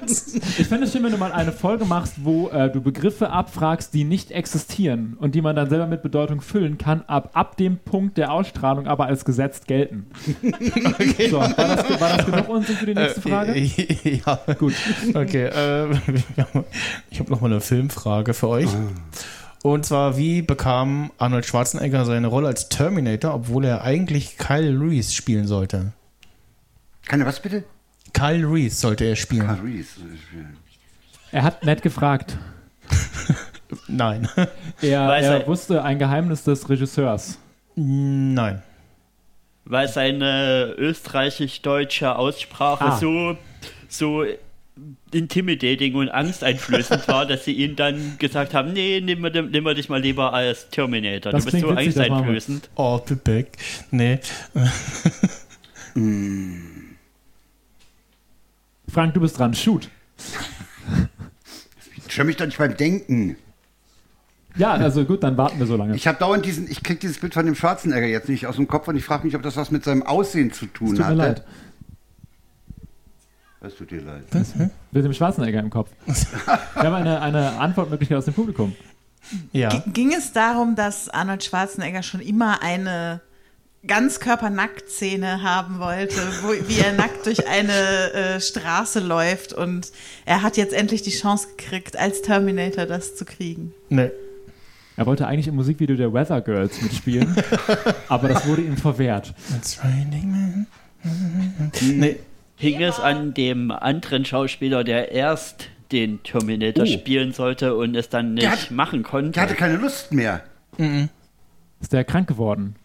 Speaker 6: ich fände es schön, wenn du mal eine Folge machst, wo äh, du Begriffe abfragst, die nicht existieren und die man dann selber mit Bedeutung füllen kann, ab, ab dem Punkt der Ausstrahlung aber als gesetzt gelten. So, war, das, war das genug Unsinn für die nächste Frage?
Speaker 5: Äh, ja.
Speaker 6: Gut.
Speaker 5: Okay, äh, ich habe nochmal eine Filmfrage für euch.
Speaker 6: Ah.
Speaker 5: Und zwar, wie bekam Arnold Schwarzenegger seine Rolle als Terminator, obwohl er eigentlich Kyle Reese spielen sollte?
Speaker 7: Kann er was bitte?
Speaker 5: Kyle Reese sollte er spielen.
Speaker 7: Ah, Reese.
Speaker 6: Er hat nett gefragt.
Speaker 5: Nein.
Speaker 6: Er,
Speaker 8: Weiß
Speaker 6: er
Speaker 8: er-
Speaker 6: wusste ein Geheimnis des Regisseurs.
Speaker 5: Nein.
Speaker 8: weil seine österreichisch-deutsche Aussprache
Speaker 6: Ah.
Speaker 8: so, so intimidating und angsteinflößend war, dass sie ihn dann gesagt haben, nee, nehmen wir, nehmen wir dich mal lieber als Terminator.
Speaker 6: Das
Speaker 8: du bist so
Speaker 6: klingt witzig, das machen wir.
Speaker 8: angsteinflößend.
Speaker 5: Oh, Pipek. Nee.
Speaker 6: Frank, du bist dran. Shoot.
Speaker 7: Ich störe mich doch nicht beim Denken.
Speaker 6: Ja, also gut, dann warten wir so lange.
Speaker 7: Ich habe dauernd diesen, ich krieg dieses Bild von dem Schwarzenegger jetzt nicht aus dem Kopf und ich frage mich, ob das was mit seinem Aussehen zu tun
Speaker 6: Tut mir
Speaker 7: hatte.
Speaker 6: leid.
Speaker 7: Das tut dir leid.
Speaker 6: Mit dem Schwarzenegger im Kopf. Wir haben eine, eine Antwortmöglichkeit aus dem Publikum.
Speaker 5: Ja.
Speaker 1: Ging es darum, dass Arnold Schwarzenegger schon immer eine Ganzkörper-Nacktszene haben wollte, wo, wie er nackt durch eine äh, Straße läuft und er hat jetzt endlich die Chance gekriegt, als Terminator das zu kriegen.
Speaker 5: Nee.
Speaker 6: Er wollte eigentlich im Musikvideo der Weather Girls mitspielen, aber das wurde ihm verwehrt.
Speaker 5: It's raining man. Nee.
Speaker 8: Hing es an dem anderen Schauspieler, der erst den Terminator spielen sollte und es dann nicht
Speaker 7: Der hat-
Speaker 8: machen konnte.
Speaker 7: Der hatte keine Lust mehr.
Speaker 6: Ist der krank geworden?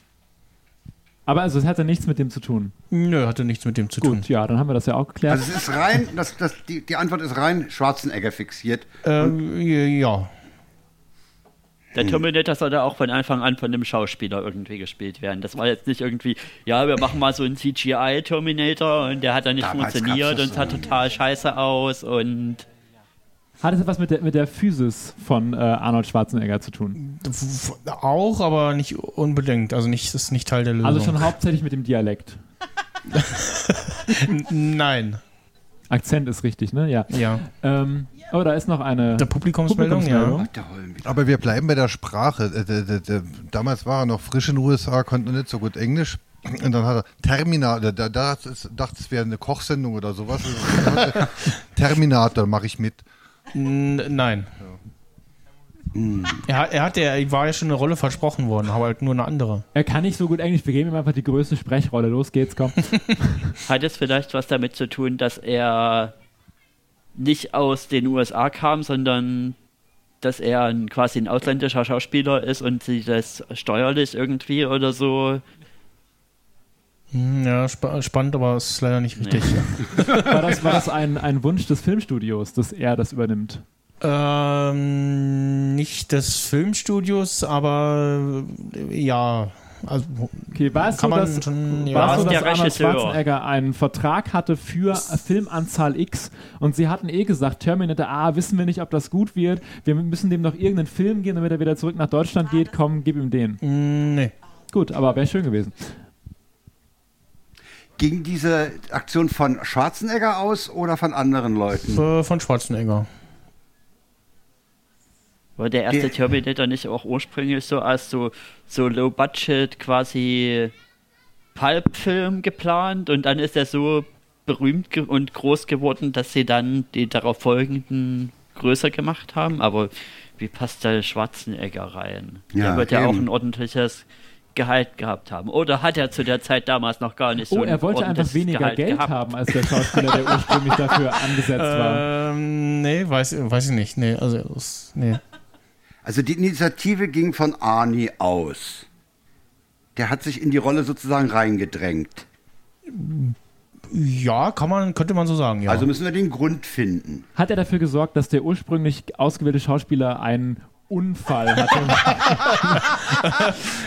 Speaker 6: Aber also, es hatte nichts mit dem zu tun.
Speaker 5: Nö, hatte nichts mit dem zu tun.
Speaker 6: Gut, ja, dann haben wir das ja auch geklärt.
Speaker 7: Also es ist rein, das, das, die, die Antwort ist rein Schwarzenegger fixiert.
Speaker 5: Ähm, ja.
Speaker 8: Der Terminator sollte auch von Anfang an von einem Schauspieler irgendwie gespielt werden. Das war jetzt nicht irgendwie, ja, wir machen mal so einen CGI-Terminator und der hat dann nicht
Speaker 7: Damals gab's
Speaker 8: funktioniert
Speaker 7: das
Speaker 8: und sah
Speaker 7: noch nicht.
Speaker 8: total scheiße aus und
Speaker 6: Hat es etwas mit der, mit der Physis von äh, Arnold Schwarzenegger zu tun?
Speaker 5: W- w- Auch, aber nicht unbedingt. Also nicht, ist nicht Teil der Lösung.
Speaker 6: Also schon hauptsächlich mit dem Dialekt.
Speaker 5: Nein.
Speaker 6: Akzent ist richtig, ne? Ja.
Speaker 5: Ja.
Speaker 6: Ähm, oh, da ist noch eine.
Speaker 5: Der Publikumsmeldung,
Speaker 6: Publikumsmeldung.
Speaker 5: ja.
Speaker 7: Der Holm wieder.
Speaker 2: Aber wir bleiben bei der Sprache. Äh, der- der- der- Damals war er noch frisch in den USA, konnte noch nicht so gut Englisch. Und dann hat er äh, Terminator, da, Ah, da hat es- dachte es wäre eine Kochsendung oder sowas. Terminator mache ich mit.
Speaker 5: N nein. Er, hat- er hatte, er war ja schon eine Rolle versprochen worden, aber halt nur eine andere.
Speaker 6: Er kann nicht so gut Englisch, wir geben ihm einfach die größte Sprechrolle. Los geht's, komm.
Speaker 8: Hat es vielleicht was damit zu tun, dass er nicht aus den USA kam, sondern dass er ein, quasi ein ausländischer Schauspieler ist und sie das steuerlich irgendwie oder so?
Speaker 5: Hm, Ja, spa spannend, aber es ist leider nicht richtig.
Speaker 6: War das, war das ein, ein Wunsch des Filmstudios, dass er das übernimmt?
Speaker 5: Ähm, nicht des Filmstudios, aber äh, ja. Also,
Speaker 6: Okay, war es
Speaker 5: Kann
Speaker 6: so,
Speaker 5: man
Speaker 6: dass,
Speaker 5: schon- ja.
Speaker 6: war
Speaker 8: War
Speaker 6: es
Speaker 8: es
Speaker 6: so, dass
Speaker 8: der
Speaker 6: Arnold
Speaker 8: Regisseur?
Speaker 6: Schwarzenegger einen Vertrag hatte für Filmanzahl X und sie hatten eh gesagt, Terminator A, wissen wir nicht, ob das gut wird, wir müssen dem noch irgendeinen Film geben, damit er wieder zurück nach Deutschland geht, komm, gib ihm den.
Speaker 5: mh, nee.
Speaker 6: Gut, aber wäre schön gewesen.
Speaker 7: Ging diese Aktion von Schwarzenegger aus oder von anderen Leuten?
Speaker 5: Äh, von Schwarzenegger.
Speaker 8: War der erste
Speaker 7: Ja.
Speaker 8: Terminator nicht auch ursprünglich so als so, so Low-Budget quasi Pulp-Film geplant und dann ist er so berühmt ge und groß geworden, dass sie dann die darauf folgenden größer gemacht haben? Aber wie passt da Schwarzenegger rein?
Speaker 7: Ja,
Speaker 8: der wird ja auch
Speaker 7: eben.
Speaker 8: ein ordentliches Gehalt gehabt haben. Oder hat er zu der Zeit damals noch gar nicht so
Speaker 6: Oh, er
Speaker 8: ein
Speaker 6: wollte einfach
Speaker 8: ordentliches
Speaker 6: weniger
Speaker 8: Gehalt
Speaker 6: Geld
Speaker 8: gehabt? Äh.
Speaker 6: haben, als der Schauspieler, der ursprünglich dafür angesetzt war.
Speaker 5: Ähm, nee, weiß, weiß ich nicht. Nee, also, es- nee.
Speaker 7: Also die Initiative ging von Arnie aus. Der hat sich in die Rolle sozusagen reingedrängt.
Speaker 5: Ja, kann man, könnte man so sagen, ja.
Speaker 7: Also müssen wir den Grund finden.
Speaker 6: Hat er dafür gesorgt, dass der ursprünglich ausgewählte Schauspieler einen Unfall hatte.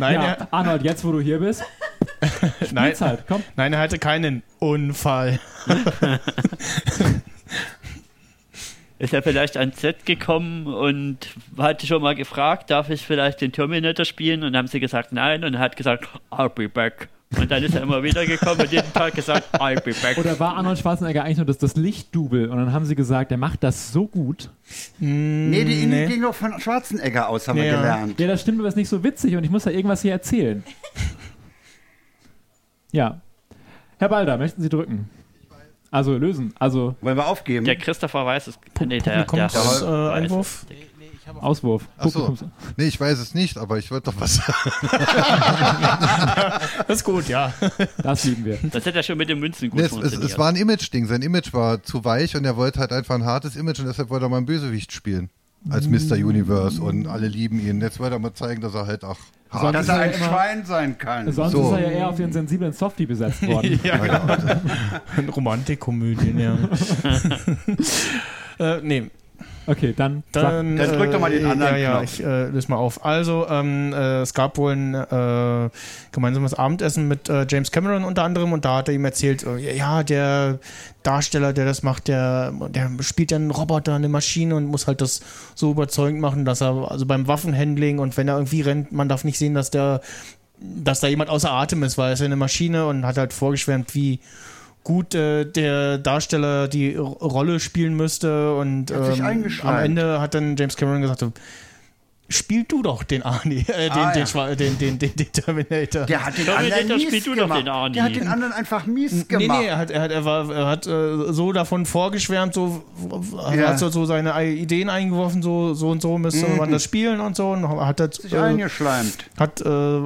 Speaker 5: Nein,
Speaker 6: ja, Arnold, jetzt wo du hier bist,
Speaker 5: er, nein,
Speaker 6: Zeit, komm.
Speaker 5: nein, er hatte keinen Unfall.
Speaker 8: Ist er vielleicht ans Set gekommen und hatte schon mal gefragt, darf ich vielleicht den Terminator spielen? Und haben sie gesagt, nein. Und er hat gesagt, I'll be back. Und dann ist er immer wieder gekommen und jeden Tag gesagt, I'll be back.
Speaker 6: Oder war Arnold Schwarzenegger eigentlich nur das, das Lichtdubel? Und dann haben sie gesagt, er macht das so gut.
Speaker 7: Nee, die Indie
Speaker 5: nee.
Speaker 7: ging doch von Schwarzenegger aus, haben wir
Speaker 5: Ja.
Speaker 7: gelernt.
Speaker 6: Mm, Ja, das stimmt, aber das ist nicht so witzig und ich muss da irgendwas hier erzählen. Ja. Herr Balder, möchten Sie drücken? Also lösen, also
Speaker 7: Wollen wir aufgeben?
Speaker 8: der Christopher weiß es. Nee, der, der,
Speaker 5: Publikums äh,
Speaker 8: weiß es.
Speaker 5: Einwurf.
Speaker 6: Auswurf.
Speaker 2: Ach so.
Speaker 6: Publikums-
Speaker 2: Nee, ich weiß es nicht, aber ich wollte doch was sagen.
Speaker 5: Das ist gut, ja.
Speaker 6: Das lieben wir.
Speaker 8: Das hätte er schon mit den Münzen gut
Speaker 2: Nee, es, es,
Speaker 8: funktioniert.
Speaker 2: es war ein Image-Ding. Sein Image war zu weich und er wollte halt einfach ein hartes Image und deshalb wollte er mal einen Bösewicht spielen. Als Mr. Universe und alle lieben ihn. Jetzt wollte er mal zeigen, dass er halt auch hart
Speaker 6: Sonst-
Speaker 7: Dass
Speaker 2: ist.
Speaker 7: er halt ein
Speaker 6: Immer-
Speaker 7: Schwein sein kann.
Speaker 6: Sonst
Speaker 2: So.
Speaker 6: ist er ja eher auf den sensiblen Softie besetzt worden.
Speaker 7: genau.
Speaker 5: Romantikkomödien, ja. äh, nee,
Speaker 6: Okay, dann, sag,
Speaker 5: dann,
Speaker 7: Dann drück doch mal den
Speaker 5: äh,
Speaker 7: anderen
Speaker 5: Ja, ja,
Speaker 7: Knopf.
Speaker 5: ich äh, löse mal auf. Also, ähm, äh, es gab wohl ein äh, gemeinsames Abendessen mit äh, James Cameron unter anderem und da hat er ihm erzählt, äh, ja, der Darsteller, der das macht, der, der spielt ja einen Roboter, eine Maschine und muss halt das so überzeugend machen, dass er, also beim Waffenhandling und wenn er irgendwie rennt, man darf nicht sehen, dass der dass da jemand außer Atem ist, weil es ist ja eine Maschine und hat halt vorgeschwärmt, wie gut äh, der Darsteller die R Rolle spielen müsste und
Speaker 7: Hat sich
Speaker 5: ähm,
Speaker 7: eingeschleimt.
Speaker 5: am Ende hat dann James Cameron gesagt, spiel du doch den Arnie, äh, den,
Speaker 7: Ah,
Speaker 5: den,
Speaker 7: ja.
Speaker 5: Schwa- den, den, den, den Terminator.
Speaker 7: Der hat den
Speaker 8: Terminator
Speaker 7: anderen mies
Speaker 8: spielt du doch
Speaker 7: gemacht.
Speaker 8: den Arnie.
Speaker 7: Der hat den anderen einfach mies
Speaker 5: Nee,
Speaker 7: gemacht.
Speaker 6: also-
Speaker 5: nee, er hat, er hat, er war, er hat äh, so davon vorgeschwärmt, so
Speaker 7: Ja. Mhm.
Speaker 5: hat so- so seine Ei- Ideen eingeworfen, so, so und so müsste man das spielen und so und hat halt,
Speaker 7: sich
Speaker 5: äh,
Speaker 7: eingeschleimt.
Speaker 5: hat äh,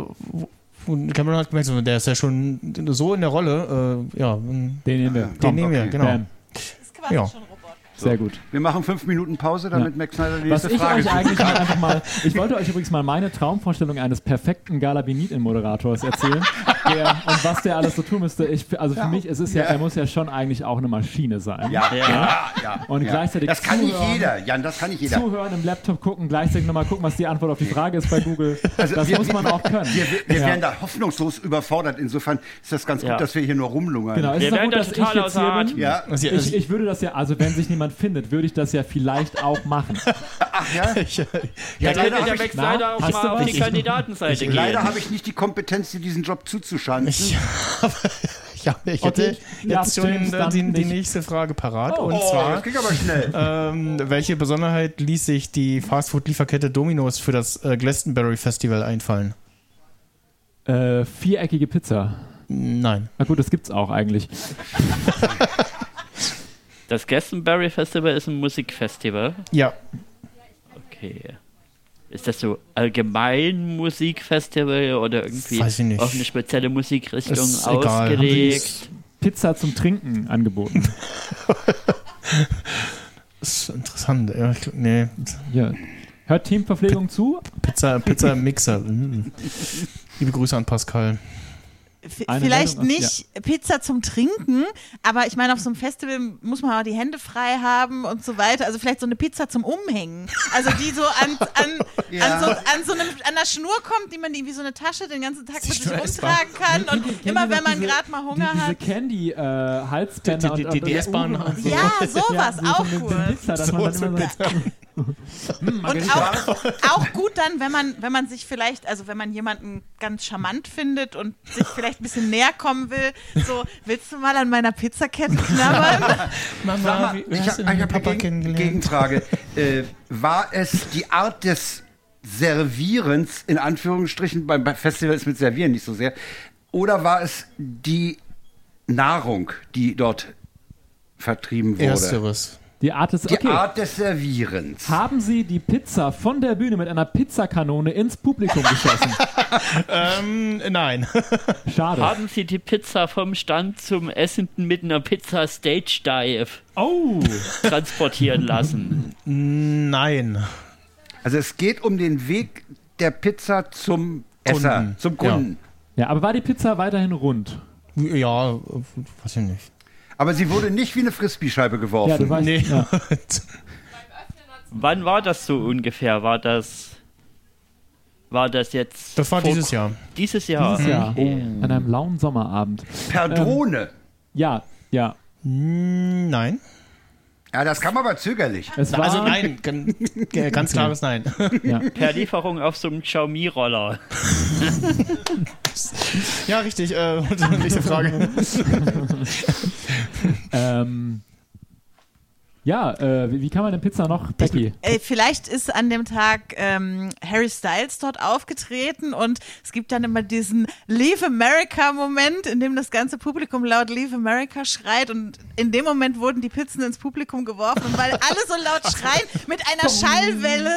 Speaker 5: und Cameron hat gemerkt, so, der ist ja schon so in der Rolle, äh, ja, den
Speaker 6: den nehmen wir. Komm,
Speaker 5: nehmen wir,
Speaker 7: okay.
Speaker 5: genau.
Speaker 6: Bam.
Speaker 1: Ist quasi
Speaker 5: Ja.
Speaker 1: schon Roboter.
Speaker 6: Sehr gut.
Speaker 7: Wir machen fünf Minuten Pause, damit
Speaker 6: Ja.
Speaker 7: Max Snyder die
Speaker 6: Was
Speaker 7: nächste
Speaker 6: ich
Speaker 7: Frage
Speaker 6: euch
Speaker 7: sucht.
Speaker 6: eigentlich mal einfach mal. Ich wollte euch übrigens mal meine Traumvorstellung eines perfekten Galabinit-Moderators erzählen. Der, und was der alles so tun müsste. Ich, also für mich, es ist ja, er muss ja schon eigentlich auch eine Maschine sein.
Speaker 7: Ja,
Speaker 8: Ja.
Speaker 7: ja, ja.
Speaker 6: Und
Speaker 7: ja.
Speaker 6: gleichzeitig
Speaker 7: Das kann nicht
Speaker 6: zuhören.
Speaker 7: jeder, Jan, das kann nicht jeder.
Speaker 6: Zuhören im Laptop gucken, gleichzeitig nochmal gucken, was die Antwort auf die Frage ist bei Google. das
Speaker 7: Also wir-
Speaker 6: muss man auch können.
Speaker 7: Wir, wir, wir
Speaker 6: Ja.
Speaker 7: werden da hoffnungslos überfordert. Insofern ist das ganz
Speaker 8: Ja.
Speaker 7: gut, dass wir hier nur rumlungern.
Speaker 6: Genau, es
Speaker 8: Wir
Speaker 6: ist doch
Speaker 8: werden
Speaker 6: gut,
Speaker 8: da
Speaker 6: dass ich
Speaker 8: total
Speaker 6: jetzt
Speaker 8: außer
Speaker 6: hier bin.
Speaker 8: Atem.
Speaker 7: Ja,
Speaker 5: Also,
Speaker 6: Ich, ich würde das ja, also wenn sich niemand findet, würde ich das ja vielleicht auch machen.
Speaker 7: ach ja.
Speaker 5: äh,
Speaker 8: Ja,
Speaker 7: leider
Speaker 8: könnte
Speaker 7: hab
Speaker 8: der
Speaker 7: ich-
Speaker 8: Max
Speaker 6: Na,
Speaker 8: leider auch
Speaker 6: hast
Speaker 8: mal
Speaker 6: du
Speaker 8: auf
Speaker 6: was?
Speaker 8: die Kandidatenseite gehen.
Speaker 7: Leider habe ich nicht die Kompetenz, dir diesen Job zuzuschanzen.
Speaker 5: Ich habe ich hab, ich
Speaker 6: Okay,
Speaker 5: hätte
Speaker 6: ja,
Speaker 5: jetzt schon
Speaker 6: stimmt, dann
Speaker 5: die, die
Speaker 6: nicht.
Speaker 5: nächste Frage parat.
Speaker 6: Oh.
Speaker 5: und
Speaker 7: oh, das
Speaker 5: zwar,
Speaker 7: ging aber schnell.
Speaker 5: ähm, welche Besonderheit ließ sich die Fastfood-Lieferkette Domino's für das äh, Glastonbury Festival einfallen?
Speaker 6: Äh, viereckige Pizza.
Speaker 5: Nein.
Speaker 6: Na gut, das gibt's auch eigentlich.
Speaker 8: Das Glastonbury Festival ist ein Musikfestival.
Speaker 5: Ja,
Speaker 8: Okay. Ist das so allgemein Musikfestival oder irgendwie
Speaker 5: Weiß ich nicht.
Speaker 8: auf eine spezielle Musikrichtung
Speaker 5: Ist egal. Haben die
Speaker 8: ausgelegt?
Speaker 5: es-
Speaker 6: Pizza zum Trinken angeboten.
Speaker 5: ist interessant. Ja, ich, glaub- nee,
Speaker 6: Ja. Hört Teamverpflegung zu?
Speaker 5: Pizza, Pizza im Mixer. Mm. Liebe Grüße an Pascal.
Speaker 1: V-
Speaker 6: Eine
Speaker 1: Vielleicht
Speaker 6: Sendung, ach,
Speaker 1: nicht Pizza zum Trinken, aber ich meine, auf so einem Festival muss man auch die Hände frei haben und so weiter. Also vielleicht so eine Pizza zum Umhängen. Also die so an, an, an, so, an so einem, an einer Schnur kommt, die man irgendwie wie so eine Tasche den ganzen Tag mit sich
Speaker 5: stressbar.
Speaker 1: rumtragen kann. Und immer wenn man gerade mal Hunger
Speaker 6: die,
Speaker 1: hat.
Speaker 6: Diese Candy-Halsbänder
Speaker 5: Die- die-
Speaker 6: und,
Speaker 5: die
Speaker 6: und
Speaker 5: DS-Bahn
Speaker 6: und so.
Speaker 1: Ja, sowas,
Speaker 6: so- so
Speaker 1: auch
Speaker 6: mit- mit
Speaker 1: cool.
Speaker 6: Pizza, dass man
Speaker 5: So
Speaker 6: dann immer so,
Speaker 1: Und auch, auch gut dann, wenn man, wenn man sich vielleicht, also wenn man jemanden ganz charmant findet und sich vielleicht ein bisschen näher kommen will, so, willst du mal an meiner Pizzakette knabbern?
Speaker 5: Mama,
Speaker 7: Sag mal, ich habe hab eine Gegen Gegenfrage. äh, war es die Art des Servierens, in Anführungsstrichen, beim beim Festival ist mit Servieren nicht so sehr, oder war es die Nahrung, die dort vertrieben wurde?
Speaker 5: Ersteres.
Speaker 6: die Art ist
Speaker 7: Die
Speaker 6: okay.
Speaker 7: Art des Servierens.
Speaker 6: Haben Sie die Pizza von der Bühne mit einer Pizzakanone ins Publikum geschossen?
Speaker 5: Ähm, nein.
Speaker 6: Schade.
Speaker 8: Haben Sie die Pizza vom Stand zum Essenden mit einer Pizza Stage Dive
Speaker 6: Oh!
Speaker 8: transportieren lassen?
Speaker 5: Nein.
Speaker 7: Also es geht um den Weg der Pizza zum Esser,
Speaker 5: Kunden.
Speaker 7: zum Kunden.
Speaker 6: Ja, aber war die Pizza weiterhin rund?
Speaker 5: Ja, äh, weiß ich nicht.
Speaker 7: Aber sie wurde nicht wie eine Frisbee-Scheibe
Speaker 6: Ja,
Speaker 7: geworfen.
Speaker 6: du weißt.
Speaker 5: Nee.
Speaker 6: Ja.
Speaker 8: Wann war das so ungefähr? War das. War das jetzt.
Speaker 5: Das war
Speaker 8: vor-
Speaker 5: dieses Jahr.
Speaker 8: Dieses Jahr. Mhm.
Speaker 6: Dieses Jahr.
Speaker 8: Okay.
Speaker 6: An einem lauen Sommerabend.
Speaker 7: Per Drohne.
Speaker 6: Ja, ja.
Speaker 5: Mm, Nein.
Speaker 7: Ja, das kam aber zögerlich.
Speaker 6: Es war,
Speaker 5: Also nein, ganz, ganz klares Nein.
Speaker 8: Per Lieferung auf so einem Xiaomi-Roller.
Speaker 5: Ja, richtig. Äh, nächste Frage.
Speaker 6: Ähm, ja, äh, wie, wie kann man denn Pizza noch, Becky?
Speaker 1: Äh, vielleicht ist an dem Tag ähm, Harry Styles dort aufgetreten und es gibt dann immer diesen Leave America-Moment, in dem das ganze Publikum laut Leave America schreit und in dem Moment wurden die Pizzen ins Publikum geworfen und weil alle so laut schreien, mit einer Schallwelle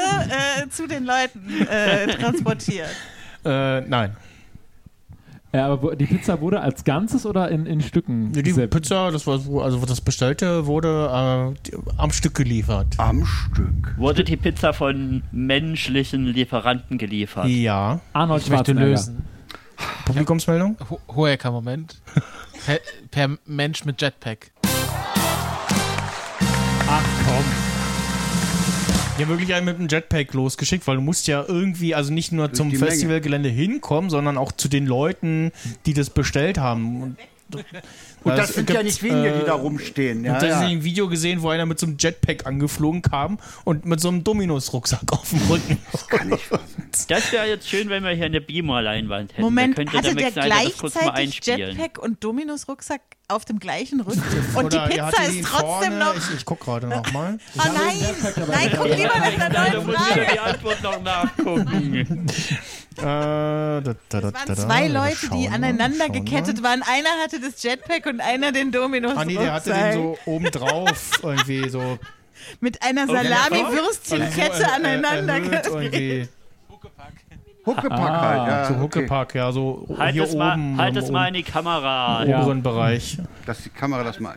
Speaker 1: äh, zu den Leuten äh, transportiert.
Speaker 5: äh, nein.
Speaker 6: Äh, aber wo- die Pizza wurde als Ganzes oder in, in Stücken?
Speaker 5: Die
Speaker 6: Sepp?
Speaker 5: Pizza, das war so, also das Bestellte wurde äh, die- am Stück geliefert.
Speaker 7: Am Stück.
Speaker 8: Wurde die Pizza von menschlichen Lieferanten geliefert?
Speaker 5: Ja.
Speaker 6: Arnold
Speaker 9: Ich möchte
Speaker 6: Schwarzenegger.
Speaker 9: lösen.
Speaker 5: Publikumsmeldung?
Speaker 9: Ho Hohecker-Moment. Per, per Mensch mit Jetpack.
Speaker 6: Ach komm.
Speaker 5: Ja, wirklich einen mit einem Jetpack losgeschickt, weil du musst ja irgendwie, also nicht nur zum
Speaker 7: die Menge.
Speaker 5: Festivalgelände hinkommen, sondern auch zu den Leuten, die das bestellt haben. Und,
Speaker 7: Und das
Speaker 5: es
Speaker 7: sind ja
Speaker 5: gibt,
Speaker 7: nicht wenige, die da
Speaker 5: äh,
Speaker 7: rumstehen.
Speaker 5: Und
Speaker 7: Ja,
Speaker 5: da ist
Speaker 7: ja.
Speaker 5: ein Video gesehen, wo einer mit so einem Jetpack angeflogen kam und mit so einem Dominos-Rucksack auf dem Rücken.
Speaker 7: Kann nicht wahr sein.
Speaker 8: Das wäre jetzt schön, wenn wir hier eine Beamer-Leinwand hätten.
Speaker 1: Moment,
Speaker 8: da könnte
Speaker 1: hatte der
Speaker 8: Max Snyder das kurz mal
Speaker 1: gleichzeitig
Speaker 8: einspielen.
Speaker 1: Jetpack und Dominos Rucksack auf dem gleichen Rücken und die
Speaker 5: Oder er hatte
Speaker 1: Pizza
Speaker 5: ihn
Speaker 1: ist trotzdem
Speaker 5: vorne.
Speaker 1: noch...
Speaker 5: Ich, ich guck gerade nochmal.
Speaker 1: Oh nein, nein, guck lieber nach einer
Speaker 8: Nein, du
Speaker 1: neuen
Speaker 8: musst ja
Speaker 1: Frage.
Speaker 8: die Antwort noch nachgucken.
Speaker 5: äh, da, da, da, da,
Speaker 1: Es waren zwei
Speaker 5: da,
Speaker 1: Leute,
Speaker 5: schauen
Speaker 1: die
Speaker 5: wir,
Speaker 1: aneinander
Speaker 5: schauen wir.
Speaker 1: gekettet waren. Einer hatte das Jetpack und einer den Dominos.
Speaker 5: Ah, nee, der hatte den so obendrauf irgendwie so.
Speaker 1: mit einer
Speaker 5: also so,
Speaker 1: Salami-Würstchenkette
Speaker 5: äh, äh,
Speaker 1: aneinander
Speaker 5: erhöht
Speaker 1: gekettet.
Speaker 5: irgendwie.
Speaker 7: Huckepack halt. Ja,
Speaker 5: So
Speaker 7: okay.
Speaker 5: Huckepack, ja, so
Speaker 8: Halt
Speaker 5: hier
Speaker 8: es, mal,
Speaker 5: oben.
Speaker 8: halt
Speaker 5: am
Speaker 8: es mal in die Kamera.
Speaker 6: Ja.
Speaker 5: oberen Bereich.
Speaker 7: Dass die Kamera das mal.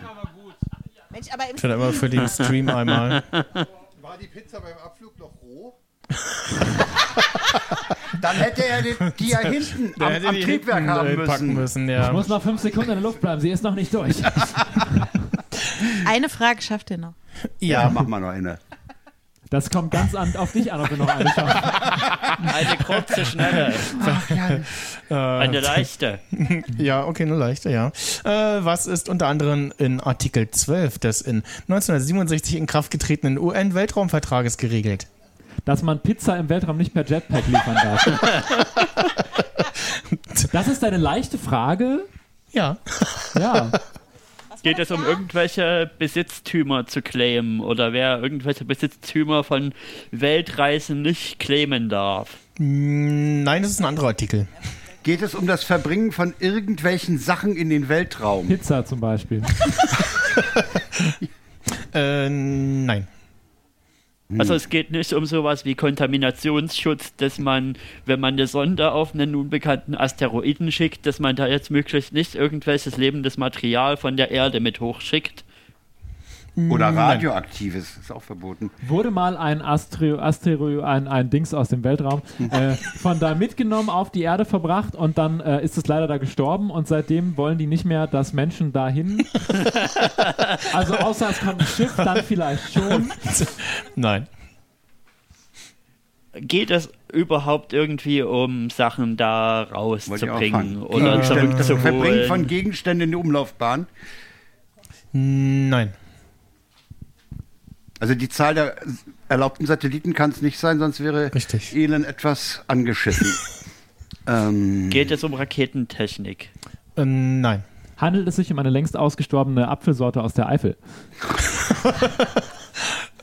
Speaker 1: Mensch, aber im
Speaker 5: Schon immer für den Stream einmal.
Speaker 2: War die Pizza beim Abflug noch roh?
Speaker 7: Dann hätte er den, die ja hinten am, am Triebwerk haben
Speaker 5: äh, packen
Speaker 7: müssen.
Speaker 5: müssen.
Speaker 6: Ich
Speaker 5: ja.
Speaker 6: muss noch fünf Sekunden in der Luft bleiben, sie ist noch nicht durch.
Speaker 1: eine Frage schafft ihr noch.
Speaker 7: Ja, mach mal noch eine.
Speaker 6: Das kommt ganz an, auf dich an, ob du noch eine schaffst.
Speaker 8: Eine kurze, schnelle. Eine leichte.
Speaker 5: Äh, Ja, okay, eine leichte, ja. Äh, was ist unter anderem in Artikel 12 des in 1967 in Kraft getretenen UN-Weltraumvertrages geregelt?
Speaker 6: Dass man Pizza im Weltraum nicht per Jetpack liefern darf. Das ist eine leichte Frage.
Speaker 5: Ja.
Speaker 6: Ja.
Speaker 8: Geht es um irgendwelche Besitztümer zu claimen oder wer irgendwelche Besitztümer von Weltreisen nicht claimen darf?
Speaker 5: Mm, Nein, das ist ein anderer Artikel.
Speaker 7: Geht es um das Verbringen von irgendwelchen Sachen in den Weltraum?
Speaker 6: Pizza zum Beispiel.
Speaker 5: Äh, nein.
Speaker 8: Also
Speaker 7: Hm.
Speaker 8: es geht nicht um sowas wie Kontaminationsschutz, dass man, wenn man eine Sonde auf einen unbekannten Asteroiden schickt, dass man da jetzt möglichst nicht irgendwelches lebendes Material von der Erde mit hochschickt.
Speaker 7: Oder radioaktives? Ist auch verboten.
Speaker 6: Wurde mal ein Astro, Astero, ein, ein Dings aus dem Weltraum äh, von da mitgenommen auf die Erde verbracht und dann äh, ist es leider da gestorben und seitdem wollen die nicht mehr, dass Menschen dahin. Also außer es kommt ein Schiff, dann vielleicht schon.
Speaker 5: Nein.
Speaker 8: Geht es überhaupt irgendwie um Sachen da
Speaker 7: Wollte ich auch fragen.
Speaker 8: rauszubringen oder
Speaker 7: Gegenstände- Verbringen von
Speaker 8: zurückzuholen?
Speaker 7: Gegenständen in die Umlaufbahn.
Speaker 5: Nein.
Speaker 7: Also die Zahl der erlaubten Satelliten kann es nicht sein, sonst wäre
Speaker 5: Richtig.
Speaker 7: Elon etwas angeschissen. ähm,
Speaker 8: Geht es um Raketentechnik?
Speaker 5: Äh, nein.
Speaker 6: Handelt es sich um eine längst ausgestorbene Apfelsorte aus der Eifel?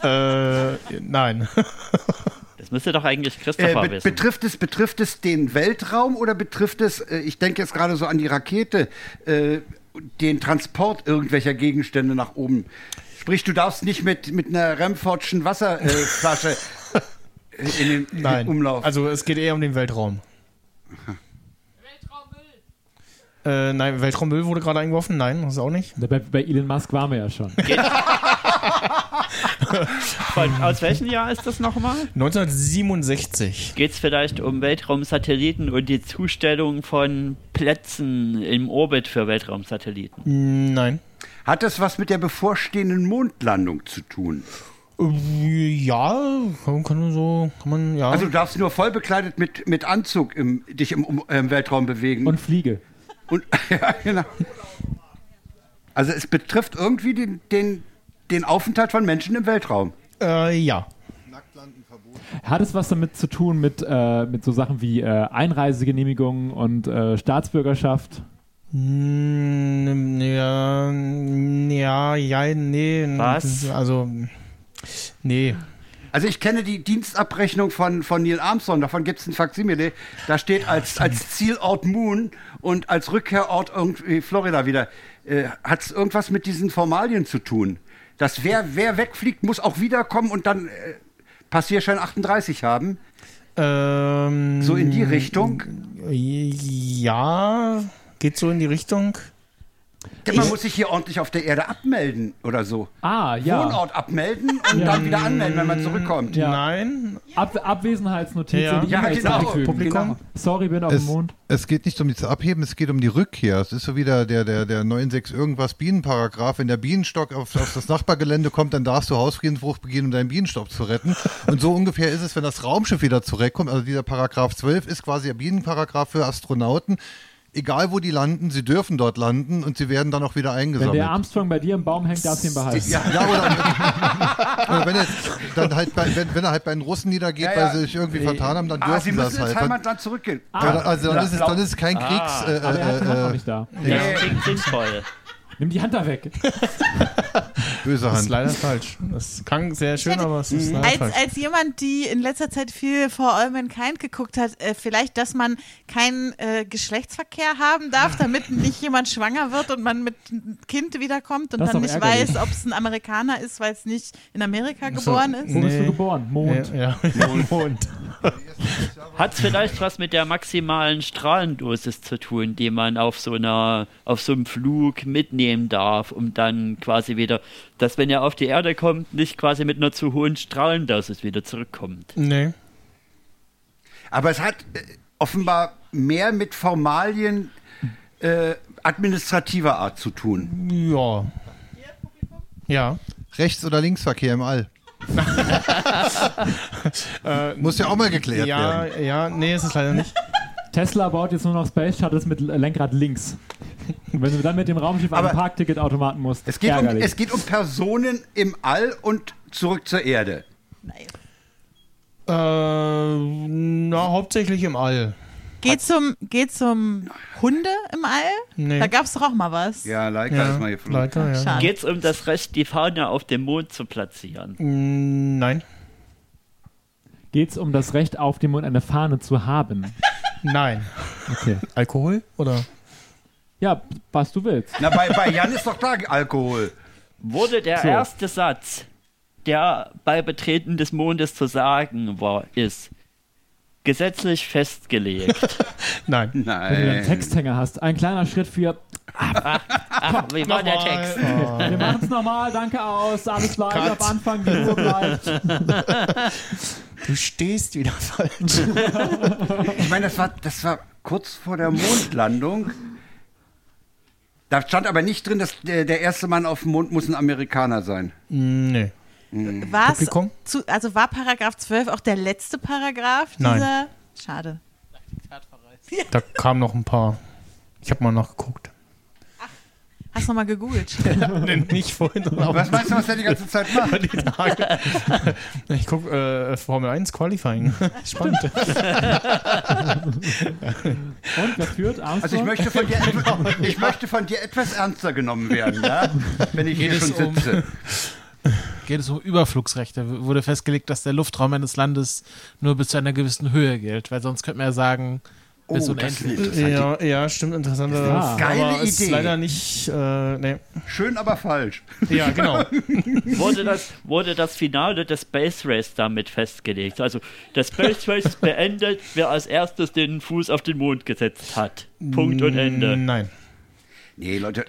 Speaker 5: Äh, nein.
Speaker 8: Das müsste doch eigentlich
Speaker 7: äh,
Speaker 8: Christopher
Speaker 7: be
Speaker 8: wissen.
Speaker 7: betrifft, es, betrifft es den Weltraum oder betrifft es, äh, ich denke jetzt gerade so an die Rakete, äh, den Transport irgendwelcher Gegenstände nach oben? Sprich, du darfst nicht mit, mit einer Remfordschen Wasserflasche äh, in den in den
Speaker 5: Nein.
Speaker 7: Umlauf.
Speaker 5: Also es geht eher um den Weltraum. Weltraummüll. Äh, nein, Weltraummüll wurde gerade eingeworfen. Nein, das ist auch nicht.
Speaker 6: Bei, bei Elon Musk waren wir ja schon.
Speaker 8: Von, aus welchem Jahr ist das nochmal?
Speaker 5: 1967.
Speaker 8: Geht es vielleicht um Weltraumsatelliten und die Zustellung von Plätzen im Orbit für Weltraumsatelliten?
Speaker 5: Nein.
Speaker 7: Hat das was mit der bevorstehenden Mondlandung zu tun?
Speaker 5: Äh, Äh, Ja, kann, kann man so, kann man, ja.
Speaker 7: Also du darfst nur voll bekleidet mit, mit Anzug im, dich im, Um- äh, im Weltraum bewegen.
Speaker 6: Und Fliege.
Speaker 7: Und, ja, genau. Also es betrifft irgendwie den, den, den Aufenthalt von Menschen im Weltraum.
Speaker 5: äh, ja.
Speaker 6: Hat es was damit zu tun mit, äh, mit so Sachen wie äh, Einreisegenehmigungen und äh, Staatsbürgerschaft?
Speaker 5: Mm, Ja, ja, ja, nee.
Speaker 8: Was?
Speaker 5: Also, nee.
Speaker 7: Also ich kenne die Dienstabrechnung von, von Neil Armstrong, davon gibt es ein Faksimile. Da steht als, als Zielort Moon und als Rückkehrort irgendwie Florida wieder. Äh, Hat es irgendwas mit diesen Formalien zu tun? Dass wer, wer wegfliegt, muss auch wiederkommen und dann äh, Passierschein 38 haben?
Speaker 5: Ähm,
Speaker 7: So in die Richtung?
Speaker 5: Ja, geht so in die Richtung.
Speaker 7: Denn man muss sich hier ordentlich auf der Erde abmelden oder so.
Speaker 6: Ah, ja.
Speaker 7: Wohnort abmelden und dann wieder anmelden, wenn man zurückkommt.
Speaker 6: Ja.
Speaker 5: Nein. Oh,
Speaker 6: Ab Abwesenheitsnotiz
Speaker 5: Ja.
Speaker 6: in die
Speaker 7: Ja,
Speaker 6: E-Mails
Speaker 7: genau.
Speaker 6: einfügen.
Speaker 7: Publikum.
Speaker 6: Sorry, bin auf
Speaker 2: Es,
Speaker 6: dem Mond.
Speaker 2: es geht nicht um das Abheben, es geht um die Rückkehr. Es ist so wieder der, der, der 96 irgendwas Bienenparagraf. Wenn der Bienenstock auf, auf das Nachbargelände kommt, dann darfst du Hausfriedensbruch begehen, um deinen Bienenstock zu retten. Und so ungefähr ist es, wenn das Raumschiff wieder zurückkommt. Also dieser Paragraph 12 ist quasi der Bienenparagraph für Astronauten. Egal wo die landen, sie dürfen dort landen und sie werden dann auch wieder
Speaker 6: Wenn
Speaker 2: eingesammelt.
Speaker 6: der Armstrong bei dir im Baum hängt, darfst du ihn behalten.
Speaker 2: Ja, ja oder, oder wenn, er, dann halt bei, wenn, wenn er halt bei den Russen niedergeht,
Speaker 7: Ja, ja.
Speaker 2: weil sie sich irgendwie vertan haben, dann dürfen
Speaker 7: Ah, sie müssen
Speaker 2: das
Speaker 7: ins
Speaker 2: halt. Dann,
Speaker 7: Heimatland zurückgehen.
Speaker 6: Ah.
Speaker 2: dann- also dann, ist es, dann ist es kein Kriegs. Äh,
Speaker 6: Aber er hat die Hand
Speaker 2: äh,
Speaker 6: noch
Speaker 2: äh,
Speaker 6: nicht da.
Speaker 8: Das klingt sinnvoll.
Speaker 6: Nimm die Hand da weg.
Speaker 2: böse
Speaker 5: Das ist
Speaker 2: Hand.
Speaker 5: leider falsch. Das klang sehr schön,
Speaker 1: hätte-
Speaker 5: aber es ist leider
Speaker 1: Als,
Speaker 5: falsch.
Speaker 1: als jemand, die in letzter Zeit viel For All Mankind geguckt hat, äh, vielleicht, dass man keinen äh, Geschlechtsverkehr haben darf, damit nicht jemand schwanger wird und man mit einem Kind wiederkommt und
Speaker 6: Das ist
Speaker 1: dann
Speaker 6: doch
Speaker 1: nicht
Speaker 6: ärgerlich.
Speaker 1: weiß, ob es ein Amerikaner ist, weil es nicht in Amerika
Speaker 5: so. Hm.
Speaker 1: geboren ist.
Speaker 6: Wo bist du
Speaker 5: Nee.
Speaker 6: geboren? Mond.
Speaker 5: Ja, ja. Mond.
Speaker 8: Hat es vielleicht was mit der maximalen Strahlendosis zu tun, die man auf so einer, auf so einem Flug mitnehmen darf, um dann quasi wieder, dass wenn er auf die Erde kommt, nicht quasi mit einer zu hohen Strahlendosis wieder zurückkommt.
Speaker 5: Nee.
Speaker 7: Aber es hat äh, offenbar mehr mit Formalien äh, administrativer Art zu tun.
Speaker 5: Ja. Ja.
Speaker 2: Rechts- oder Linksverkehr im All. Muss ja auch mal geklärt
Speaker 5: Äh, Ja,
Speaker 2: werden.
Speaker 5: ja, nee, ist es leider nicht.
Speaker 6: Tesla baut jetzt nur noch Space Shuttles mit Lenkrad links. Und wenn du dann mit dem Raumschiff an den
Speaker 7: Aber
Speaker 6: Parkticketautomaten musst,
Speaker 7: Es geht, um,
Speaker 6: ärgerlich.
Speaker 7: es geht um Personen im All und zurück zur Erde.
Speaker 5: Äh, na, hauptsächlich im All.
Speaker 1: Geht's um, geht's um Hunde im All?
Speaker 5: Nee.
Speaker 1: Da gab's doch auch mal was.
Speaker 7: Ja, Leica
Speaker 5: Ja,
Speaker 7: ist mal geflogen.
Speaker 5: leider, ja.
Speaker 1: Schade.
Speaker 8: Geht es um das Recht, die Fahne auf dem Mond zu platzieren?
Speaker 5: Mm, Nein.
Speaker 6: Geht's um das Recht auf dem Mond eine Fahne zu haben.
Speaker 5: Nein.
Speaker 6: Okay.
Speaker 5: Alkohol? Oder?
Speaker 6: Ja, was du willst.
Speaker 7: Na, bei, bei Jan ist doch da Alkohol.
Speaker 8: Wurde der
Speaker 6: So.
Speaker 8: erste Satz, der bei Betreten des Mondes zu sagen war, ist gesetzlich festgelegt.
Speaker 5: Nein.
Speaker 6: Wenn du einen
Speaker 7: Nein.
Speaker 6: Texthänger hast, ein kleiner Schritt für.
Speaker 8: Ach, wie war der Text?
Speaker 5: Oh.
Speaker 6: Wir machen's normal, danke aus, alles live
Speaker 5: Cut.
Speaker 6: ab Anfang, die Uhr bleibt.
Speaker 5: Du stehst wieder falsch.
Speaker 7: Ich meine, das war, das war kurz vor der Mondlandung. Da stand aber nicht drin, dass der, der erste Mann auf dem Mond muss ein Amerikaner sein.
Speaker 5: nee.
Speaker 1: War's
Speaker 5: Publikum?
Speaker 1: zu, also war Paragraph 12 auch der letzte Paragraph
Speaker 5: Nein.
Speaker 1: dieser? Schade.
Speaker 5: Da kamen noch ein paar. Ich habe mal nachgeguckt.
Speaker 1: Hast nochmal gegoogelt.
Speaker 5: Nicht vorhin, sondern
Speaker 7: Was meinst du, was der die ganze Zeit macht?
Speaker 5: die Tage. Ich gucke äh, Formel 1 Qualifying. Spannend.
Speaker 6: Und wer führt? Armstrong?
Speaker 7: Also ich möchte von dir, etwa- ich möchte von dir etwas ernster genommen werden, ja? wenn ich hier
Speaker 9: Geht
Speaker 7: schon
Speaker 9: es um-
Speaker 7: sitze.
Speaker 9: Geht es um Überflugsrechte? W- Wurde festgelegt, dass der Luftraum eines Landes nur bis zu einer gewissen Höhe gilt, weil sonst könnte man ja sagen, bis
Speaker 7: Oh, das ist eine
Speaker 9: unendlich.
Speaker 7: interessante
Speaker 5: ja, ja, stimmt, interessante
Speaker 6: Ja.
Speaker 7: Geile
Speaker 5: aber Ist
Speaker 7: Idee.
Speaker 5: leider nicht. Äh, nee.
Speaker 7: Schön, aber falsch.
Speaker 5: Ja, genau.
Speaker 8: wurde das, wurde das Finale des Space Race damit festgelegt. Also das Space Race ist beendet, wer als erstes den Fuß auf den Mond gesetzt hat. Punkt
Speaker 7: Mm.
Speaker 8: und Ende.
Speaker 5: Äh, Nein.
Speaker 7: Nee, Leute,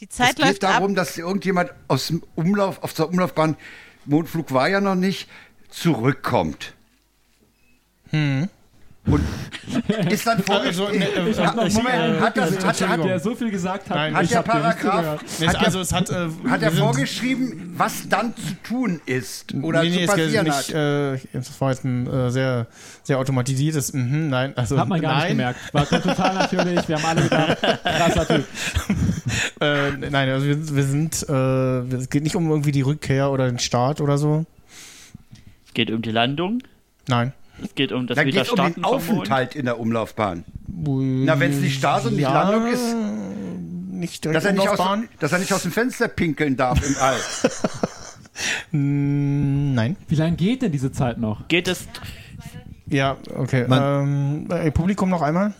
Speaker 1: Die
Speaker 7: es
Speaker 1: Zeit
Speaker 7: geht
Speaker 1: läuft
Speaker 7: darum,
Speaker 1: ab.
Speaker 7: dass irgendjemand aus dem Umlauf, auf der Umlaufbahn, Mondflug war ja noch nicht, zurückkommt. Und ist dann vorgeschrieben.
Speaker 5: Ich
Speaker 6: hab noch
Speaker 7: Moment,
Speaker 6: Moment,
Speaker 7: hat das, hat, hat,
Speaker 6: der so viel gesagt hat.
Speaker 5: Nein,
Speaker 7: Hat
Speaker 5: Ich
Speaker 7: der
Speaker 6: hab dir nicht
Speaker 7: Paragraph,
Speaker 6: zugehört.
Speaker 5: Es-
Speaker 7: hat,
Speaker 5: also
Speaker 7: der,
Speaker 5: es hat, äh,
Speaker 7: hat er
Speaker 5: wir sind-
Speaker 7: vorgeschrieben, was dann zu tun ist oder
Speaker 5: nee, nee,
Speaker 7: zu
Speaker 5: es geht
Speaker 7: passieren
Speaker 5: nicht,
Speaker 7: hat?
Speaker 5: äh, das war jetzt ein äh, sehr, sehr automatisiertes, mhm, nein, also
Speaker 6: Hat man gar
Speaker 5: nein,
Speaker 6: nicht gemerkt. War total natürlich. Wir haben alle gedacht, krasser Typ.
Speaker 5: Äh, nein, also wir, wir sind, äh, es geht nicht um irgendwie die Rückkehr oder den Start oder so.
Speaker 8: Es geht um die Landung,
Speaker 5: Nein.
Speaker 8: es geht um das
Speaker 7: Dann geht es um den
Speaker 8: Wiederstarten vom Mond.
Speaker 7: Aufenthalt in der Umlaufbahn. Na, wenn es nicht Start und nicht
Speaker 5: Ja.
Speaker 7: Landung ist,
Speaker 5: Nicht direkt
Speaker 7: dass er nicht, aus,
Speaker 5: Umlaufbahn?
Speaker 7: dass er nicht aus dem Fenster pinkeln darf im All.
Speaker 5: Mm, Nein.
Speaker 6: Wie lange geht denn diese Zeit noch?
Speaker 8: Geht es
Speaker 5: Ja, okay. Ähm, äh, Publikum noch einmal?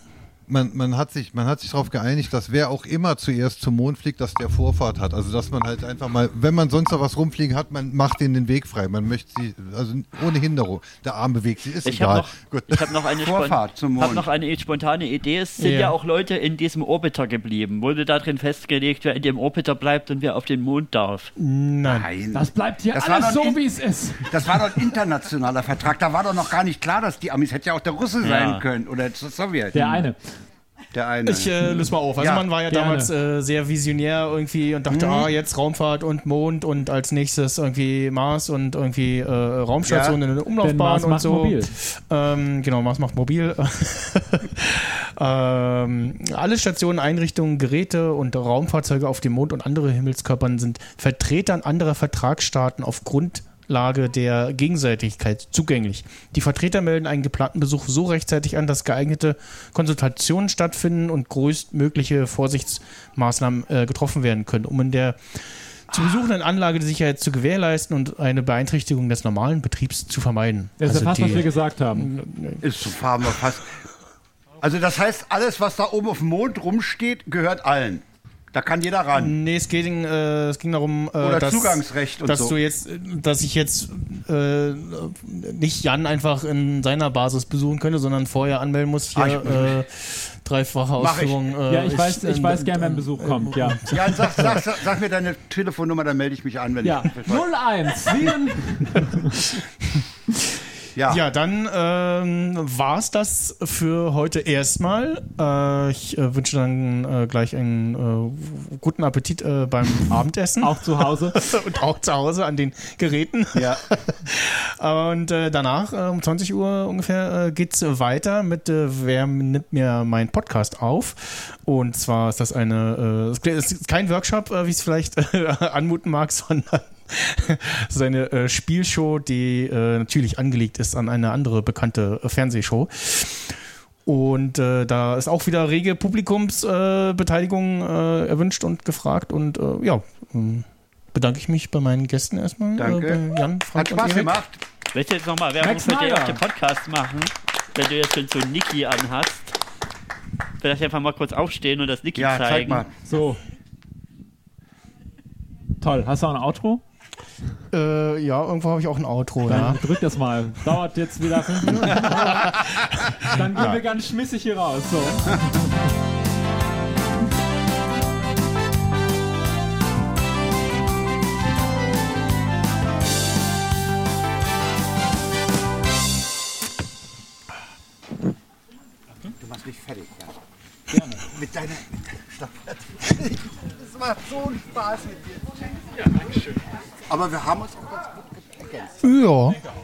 Speaker 2: Man, man hat sich, man hat sich darauf geeinigt, dass wer auch immer zuerst zum Mond fliegt, dass der Vorfahrt hat. Also dass man halt einfach mal, wenn man sonst noch was rumfliegen hat, man macht denen den Weg frei. Man möchte sie, also ohne Hinderung. Der Arm bewegt sie, ist
Speaker 8: Ich
Speaker 2: egal.
Speaker 8: habe noch, ich hab noch, eine
Speaker 7: Vorfahrt zum
Speaker 8: spon-
Speaker 7: Mond.
Speaker 8: hab noch eine spontane Idee. Es sind
Speaker 5: Ja.
Speaker 8: ja. auch Leute in diesem Orbiter geblieben. Wurde darin festgelegt, wer in dem Orbiter bleibt und wer auf den Mond darf.
Speaker 5: Nein.
Speaker 7: Nein.
Speaker 6: Das bleibt hier
Speaker 7: Das war
Speaker 6: alles
Speaker 7: doch
Speaker 6: so,
Speaker 7: in-
Speaker 6: wie es ist.
Speaker 7: Das war doch ein internationaler Vertrag. Da war doch noch gar nicht klar, dass die Amis hätte ja auch der Russe sein können oder der Sowjet.
Speaker 5: Hm.
Speaker 6: Der eine.
Speaker 7: Der eine.
Speaker 5: Ich äh, löse mal auf. Also
Speaker 7: Ja,
Speaker 5: man war ja
Speaker 6: gerne.
Speaker 5: damals äh, sehr visionär irgendwie und dachte, ah, jetzt Raumfahrt und Mond und als nächstes irgendwie Mars und irgendwie äh, Raumstation
Speaker 7: Ja.
Speaker 5: in der
Speaker 6: Denn
Speaker 5: Umlaufbahn
Speaker 6: Mars
Speaker 5: und
Speaker 6: macht
Speaker 5: so.
Speaker 6: mobil.
Speaker 5: Ähm, genau, Mars macht mobil. ähm, alle Stationen, Einrichtungen, Geräte und Raumfahrzeuge auf dem Mond und andere Himmelskörpern sind Vertretern anderer Vertragsstaaten auf Grundlage der Gegenseitigkeit zugänglich. Die Vertreter melden einen geplanten Besuch so rechtzeitig an, dass geeignete Konsultationen stattfinden und größtmögliche Vorsichtsmaßnahmen äh, getroffen werden können, um in der zu besuchenden Anlage die Sicherheit zu gewährleisten und eine Beeinträchtigung des normalen Betriebs zu vermeiden.
Speaker 6: Das ist ja fast, was
Speaker 5: Also die-
Speaker 6: wir gesagt haben.
Speaker 7: ist zu fahren wir fast. Also das heißt, alles, was da oben auf dem Mond rumsteht, gehört allen. Da kann jeder ran.
Speaker 5: Nee, es ging, äh, es ging darum, äh,
Speaker 7: Oder
Speaker 5: dass,
Speaker 7: Zugangsrecht und
Speaker 5: dass
Speaker 7: so.
Speaker 5: du jetzt, dass ich jetzt äh, nicht Jan einfach in seiner Basis besuchen könnte, sondern vorher anmelden muss
Speaker 7: Ah,
Speaker 5: hier äh, dreifache
Speaker 7: Mach ich.
Speaker 5: Ausführung. äh,
Speaker 6: Ja, ich weiß, ich
Speaker 5: äh,
Speaker 6: weiß gern, wenn Besuch kommt. Ja.
Speaker 7: Jan, sag, sag, sag, sag mir deine Telefonnummer, dann melde ich mich an, wenn
Speaker 6: Ja.
Speaker 7: ich.
Speaker 6: 017.
Speaker 7: Ja.
Speaker 5: Ja, dann ähm, war's das für heute erstmal. Äh, ich äh, wünsche dann äh, gleich einen äh, guten Appetit äh, beim Abendessen
Speaker 6: Auch zu Hause.
Speaker 5: und auch zu Hause an den Geräten.
Speaker 7: ja.
Speaker 5: Und äh, danach, äh, um 20 Uhr ungefähr, äh, geht's weiter mit äh, Wer nimmt mir meinen Podcast auf? Und zwar ist das eine, äh, es kli- es ist kein Workshop, äh, wie es vielleicht äh, anmuten mag, sondern es ist eine äh, Spielshow, die äh, natürlich angelegt ist an eine andere bekannte äh, Fernsehshow. Und äh, da ist auch wieder rege Publikumsbeteiligung äh, Beteiligung, äh, erwünscht und gefragt. Und äh, ja, ähm, bedanke ich mich bei meinen Gästen erstmal.
Speaker 7: Danke.
Speaker 5: Äh, bei Jan,
Speaker 7: Hat
Speaker 5: Frank und
Speaker 7: Spaß
Speaker 5: Erik.
Speaker 7: gemacht.
Speaker 8: Willst du jetzt nochmal Werbung
Speaker 6: Max
Speaker 8: für den
Speaker 6: Snyder.
Speaker 8: auf dem Podcast machen? Wenn du jetzt schon so ein Niki anhast. Vielleicht einfach mal kurz aufstehen und das Niki
Speaker 7: Ja,
Speaker 8: zeigen.
Speaker 7: zeig mal.
Speaker 6: So. Toll. Hast du auch ein Outro?
Speaker 5: Äh, ja, irgendwo habe ich auch ein Outro,
Speaker 6: Dann
Speaker 5: ja.
Speaker 6: drück das mal. Dauert jetzt wieder fünf Minuten. Dann gehen wir ganz schmissig hier raus. So.
Speaker 7: Du machst mich fertig, ja. Mit deiner. Stopp. Es macht so einen Spaß mit dir. Ja, danke schön. Aber wir haben uns auch ganz gut
Speaker 5: Ja.